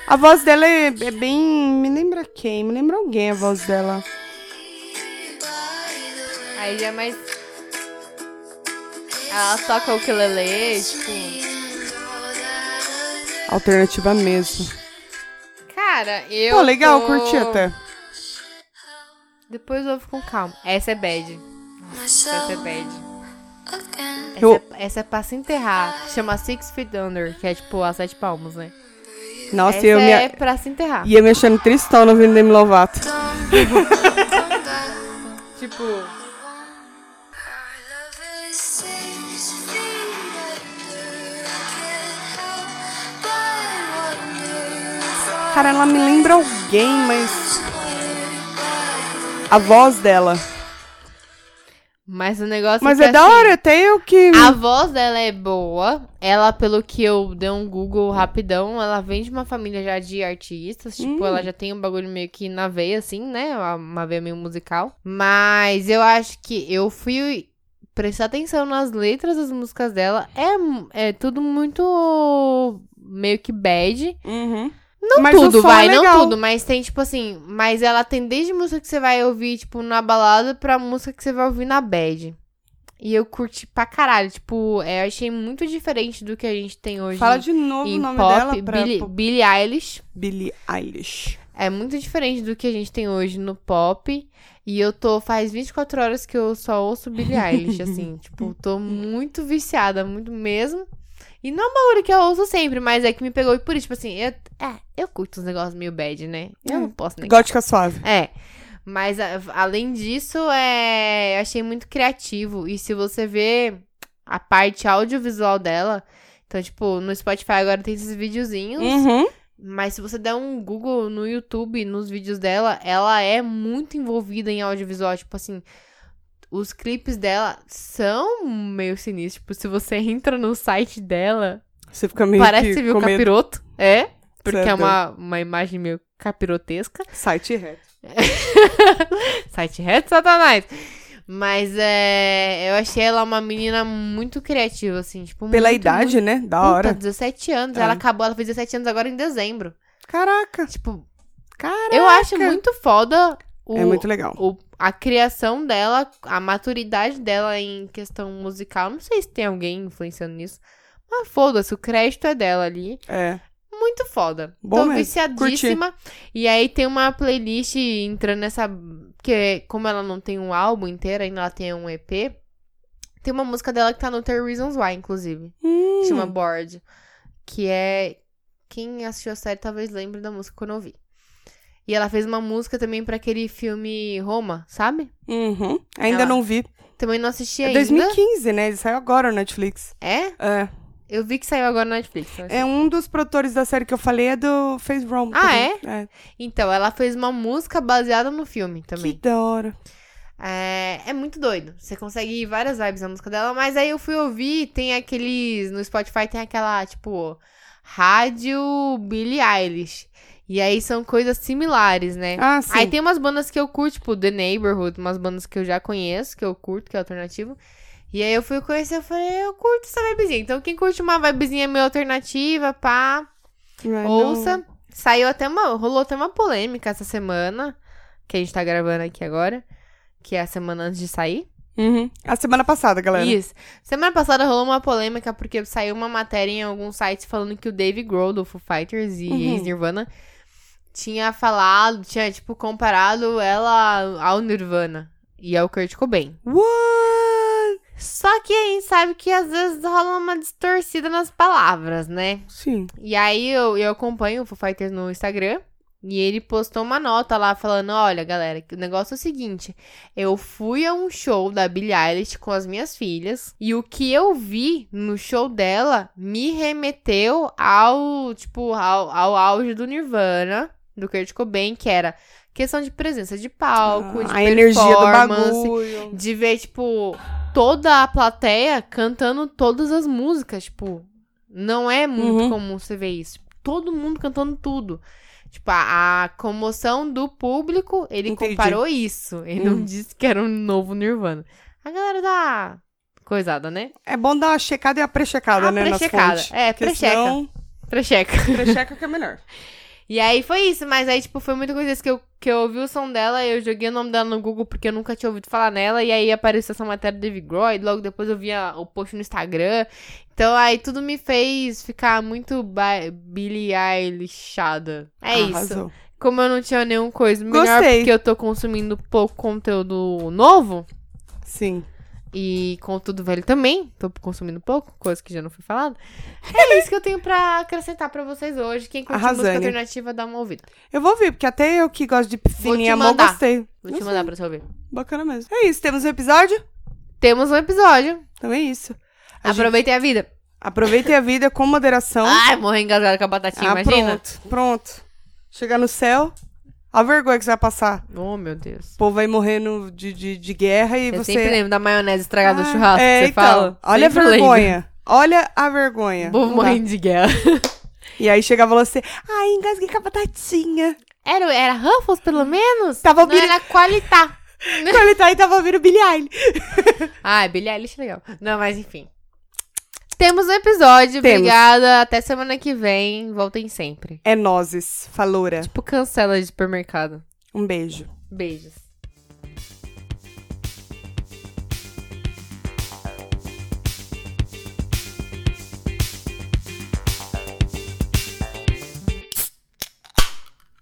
Speaker 2: A voz dela é, é bem. Me lembra quem? Me lembra alguém a voz dela.
Speaker 1: Aí já é mais. Ela toca o ukulele, tipo.
Speaker 2: Alternativa mesmo.
Speaker 1: Cara, eu.
Speaker 2: Pô, legal,
Speaker 1: tô-
Speaker 2: curti até.
Speaker 1: Depois eu vou com calma. Essa é bad. Essa é bad.
Speaker 4: again.
Speaker 1: Essa,
Speaker 2: Eu-
Speaker 1: é- essa é pra se enterrar. Chama Six Feet Under, que é tipo a sete palmos, né?
Speaker 2: Nossa,
Speaker 1: essa
Speaker 2: eu me,
Speaker 1: é pra se enterrar.
Speaker 2: ia me achando tristão no Demi Lovato.
Speaker 4: Don't come back.
Speaker 1: Tipo,
Speaker 4: Our love is six feet under. I can't help but wonder if I
Speaker 2: Cara, ela me lembra alguém, mas
Speaker 4: swear by
Speaker 2: a voz dela.
Speaker 1: mas o negócio
Speaker 2: Mas
Speaker 1: que
Speaker 2: é da
Speaker 1: assim,
Speaker 2: hora, tem o que.
Speaker 1: A voz dela é boa. Ela, pelo que eu dei um
Speaker 2: Hum.
Speaker 1: Google rapidão, ela vem de uma família já de artistas. Tipo,
Speaker 2: Hum.
Speaker 1: ela já tem um bagulho meio que na veia, assim, né? Uma- Uma veia meio musical. Mas eu acho que eu fui prestar atenção nas letras das músicas dela. É, mu- é tudo muito meio que bad.
Speaker 2: Uhum.
Speaker 1: Não
Speaker 2: Mas o
Speaker 1: tudo,
Speaker 2: som
Speaker 1: vai,
Speaker 2: é
Speaker 1: não
Speaker 2: legal.
Speaker 1: tudo, mas tem, tipo assim, mas ela tem desde música que você vai ouvir, tipo, na balada pra música que você vai ouvir na bad. E eu curti pra caralho, tipo, é, eu achei muito diferente do que a gente tem hoje
Speaker 2: Fala de novo
Speaker 1: em
Speaker 2: o nome
Speaker 1: pop.
Speaker 2: dela pra
Speaker 1: Billie, Billie Eilish.
Speaker 2: Billie Eilish.
Speaker 1: É muito diferente do que a gente tem hoje no pop. E eu tô, faz 24 horas que eu só ouço Billie Eilish, assim. Tipo, tô muito viciada, muito mesmo. E não é uma hora que eu ouço sempre, mas é que me pegou e por isso, tipo assim, eu, é, eu curto uns negócios meio bad, né? Eu não posso negar.
Speaker 2: Gótica suave.
Speaker 1: É. Mas a- além disso, é, eu achei muito criativo. E se você vê a parte audiovisual dela, então, tipo, no Spotify agora tem esses videozinhos.
Speaker 2: Uhum.
Speaker 1: Mas se você der um Google no YouTube, nos vídeos dela, ela é muito envolvida em audiovisual. Tipo assim, os clipes dela são meio sinistros. Tipo, se você entra no site dela,
Speaker 2: Você fica meio
Speaker 1: parece
Speaker 2: que
Speaker 1: que você viu
Speaker 2: com
Speaker 1: o
Speaker 2: medo.
Speaker 1: capiroto. É, porque é
Speaker 2: Certo.
Speaker 1: uma, uma imagem meio capirotesca.
Speaker 2: Site reto.
Speaker 1: site reto, satanás. Mas é, eu achei ela uma menina muito criativa, assim. Tipo,
Speaker 2: Pela
Speaker 1: muito,
Speaker 2: idade, né? Da
Speaker 1: Muito,
Speaker 2: hora.
Speaker 1: Puta, 17 anos.
Speaker 2: É.
Speaker 1: Ela acabou, ela fez 17 anos agora em dezembro.
Speaker 2: Caraca.
Speaker 1: Tipo,
Speaker 2: Caraca.
Speaker 1: Eu acho muito foda o,
Speaker 2: É muito legal.
Speaker 1: o- a criação dela, a maturidade dela em questão musical. Não sei se tem alguém influenciando nisso. Mas foda-se, o crédito é dela ali.
Speaker 2: É.
Speaker 1: Muito foda.
Speaker 2: Bom
Speaker 1: Tô
Speaker 2: mesmo,
Speaker 1: viciadíssima. E aí tem uma playlist entrando nessa. Porque como ela não tem um álbum inteiro, ainda ela tem um EP. Tem uma música dela que tá no Ter Reasons Why, inclusive
Speaker 2: Hum.
Speaker 1: chama Board, que é quem assistiu a série talvez lembre da música quando eu vi. E ela fez uma música também pra aquele filme Roma, sabe?
Speaker 2: Uhum. Ainda
Speaker 1: Ela-
Speaker 2: não vi.
Speaker 1: Também não assisti
Speaker 2: É
Speaker 1: ainda.
Speaker 2: 2015, né? Ele saiu agora no Netflix.
Speaker 1: É?
Speaker 2: É.
Speaker 1: Eu vi que saiu agora na Netflix. mas-
Speaker 2: É um dos produtores da série que eu falei é do Fez Rome.
Speaker 1: Ah,
Speaker 2: também. é?
Speaker 1: Então, ela fez uma música baseada no filme
Speaker 2: Que
Speaker 1: também.
Speaker 2: da hora.
Speaker 1: É, é muito doido. Você consegue ir várias vibes na música dela, mas aí eu fui ouvir, tem aqueles. No Spotify tem aquela, tipo, rádio Billie Eilish. E aí são coisas similares, né?
Speaker 2: Ah, sim.
Speaker 1: Aí tem umas bandas que eu curto, tipo The Neighborhood, umas bandas que eu já conheço, que eu curto, que é alternativo. E aí eu fui conhecer, eu falei, eu curto essa vibezinha. Então quem curte uma vibezinha meio alternativa, pá,
Speaker 2: Vai,
Speaker 1: ouça. Saiu até uma, rolou até uma polêmica essa semana, que a gente tá gravando aqui agora, que é a semana antes de sair.
Speaker 2: não. Uhum. A semana passada, galera.
Speaker 1: Isso. Semana passada rolou uma polêmica porque saiu uma matéria em alguns sites falando que o Dave Grohl do Foo Fighters e
Speaker 2: Uhum.
Speaker 1: ex-Nirvana tinha falado, tinha tipo comparado ela ao Nirvana e ao Kurt Cobain.
Speaker 2: What?
Speaker 1: Só que a gente sabe que às vezes rola uma distorcida nas palavras, né?
Speaker 2: Sim.
Speaker 1: E aí eu, eu acompanho o Foo Fighters no Instagram. E ele postou uma nota lá falando: Olha, galera, o negócio é o seguinte: eu fui a um show da Billie Eilish com as minhas filhas, e o que eu vi no show dela me remeteu ao, tipo, ao, ao auge do Nirvana, do Kurt Cobain, que era questão de presença de palco, de
Speaker 2: Ah, a energia do
Speaker 1: performance,
Speaker 2: bagulho.
Speaker 1: de ver, tipo, toda a plateia cantando todas as músicas, tipo. Não é muito
Speaker 2: Uhum.
Speaker 1: comum você ver isso. Todo mundo cantando tudo. Tipo, a, a comoção do público, ele
Speaker 2: Entendi.
Speaker 1: comparou isso. Ele não
Speaker 2: Uhum.
Speaker 1: disse que era um novo Nirvana. A galera da coisada, né?
Speaker 2: É bom dar uma checada e uma prechecada,
Speaker 1: Ah,
Speaker 2: né? nas
Speaker 1: prechecada.
Speaker 2: fontes.
Speaker 1: É,
Speaker 2: Porque
Speaker 1: precheca.
Speaker 2: senão,
Speaker 1: Trecheca.
Speaker 2: Precheca que é melhor.
Speaker 1: E aí foi isso, mas aí, tipo, foi muita coisa isso que eu, que eu ouvi o som dela, eu joguei o nome dela no Google porque eu nunca tinha ouvido falar nela, e aí apareceu essa matéria do David Grohl, e logo depois eu vi a- o post no Instagram. Então aí tudo me fez ficar muito ba- Billie Eilishada. É isso.
Speaker 2: Arrasou.
Speaker 1: Como eu não tinha nenhum coisa melhor
Speaker 2: Gostei.
Speaker 1: porque eu tô consumindo pouco conteúdo novo,
Speaker 2: Sim.
Speaker 1: E contudo velho também, tô consumindo pouco, coisa que já não foi falada. É isso que eu tenho pra acrescentar pra vocês hoje. Quem curte
Speaker 2: Arrasane.
Speaker 1: música alternativa, dá uma ouvida.
Speaker 2: Eu vou ouvir, porque até eu que gosto de piscininha, mal
Speaker 1: mandar.
Speaker 2: gostei.
Speaker 1: Vou te
Speaker 2: Nossa,
Speaker 1: mandar pra você ouvir.
Speaker 2: Bacana mesmo. É isso, temos um episódio?
Speaker 1: Temos um episódio.
Speaker 2: Então é isso. A gente-
Speaker 1: Aproveitem a Então? vida.
Speaker 2: Aproveitem a vida com moderação.
Speaker 1: Ai, morrer engasgada com a batatinha,
Speaker 2: Ah,
Speaker 1: Ah, imagina.
Speaker 2: pronto, pronto. Chegar no céu, a vergonha que você vai passar.
Speaker 1: Oh, meu Deus.
Speaker 2: O povo vai morrendo de, de, de guerra e
Speaker 1: eu
Speaker 2: você...
Speaker 1: sempre lembro da maionese estragada do
Speaker 2: Ah,
Speaker 1: churrasco
Speaker 2: é,
Speaker 1: que você
Speaker 2: então,
Speaker 1: fala.
Speaker 2: Olha
Speaker 1: Sempre
Speaker 2: a
Speaker 1: lembro.
Speaker 2: vergonha. Olha a vergonha.
Speaker 1: O povo
Speaker 2: Não dá.
Speaker 1: morrendo de guerra.
Speaker 2: E aí chegava você, ai, engasguei com a batatinha.
Speaker 1: Era, era Ruffles, pelo menos?
Speaker 2: Tava
Speaker 1: Não
Speaker 2: Billie-
Speaker 1: era Qualitá.
Speaker 2: Quando ele tá aí, tava ouvindo Billie Eilish.
Speaker 1: Ah, Billie Eilish é legal. Não, mas enfim. Temos um episódio.
Speaker 2: Temos.
Speaker 1: Obrigada. Até semana que vem. Voltem sempre.
Speaker 2: É nozes, faloura.
Speaker 1: Tipo, cancela de supermercado.
Speaker 2: Um beijo.
Speaker 1: Beijos.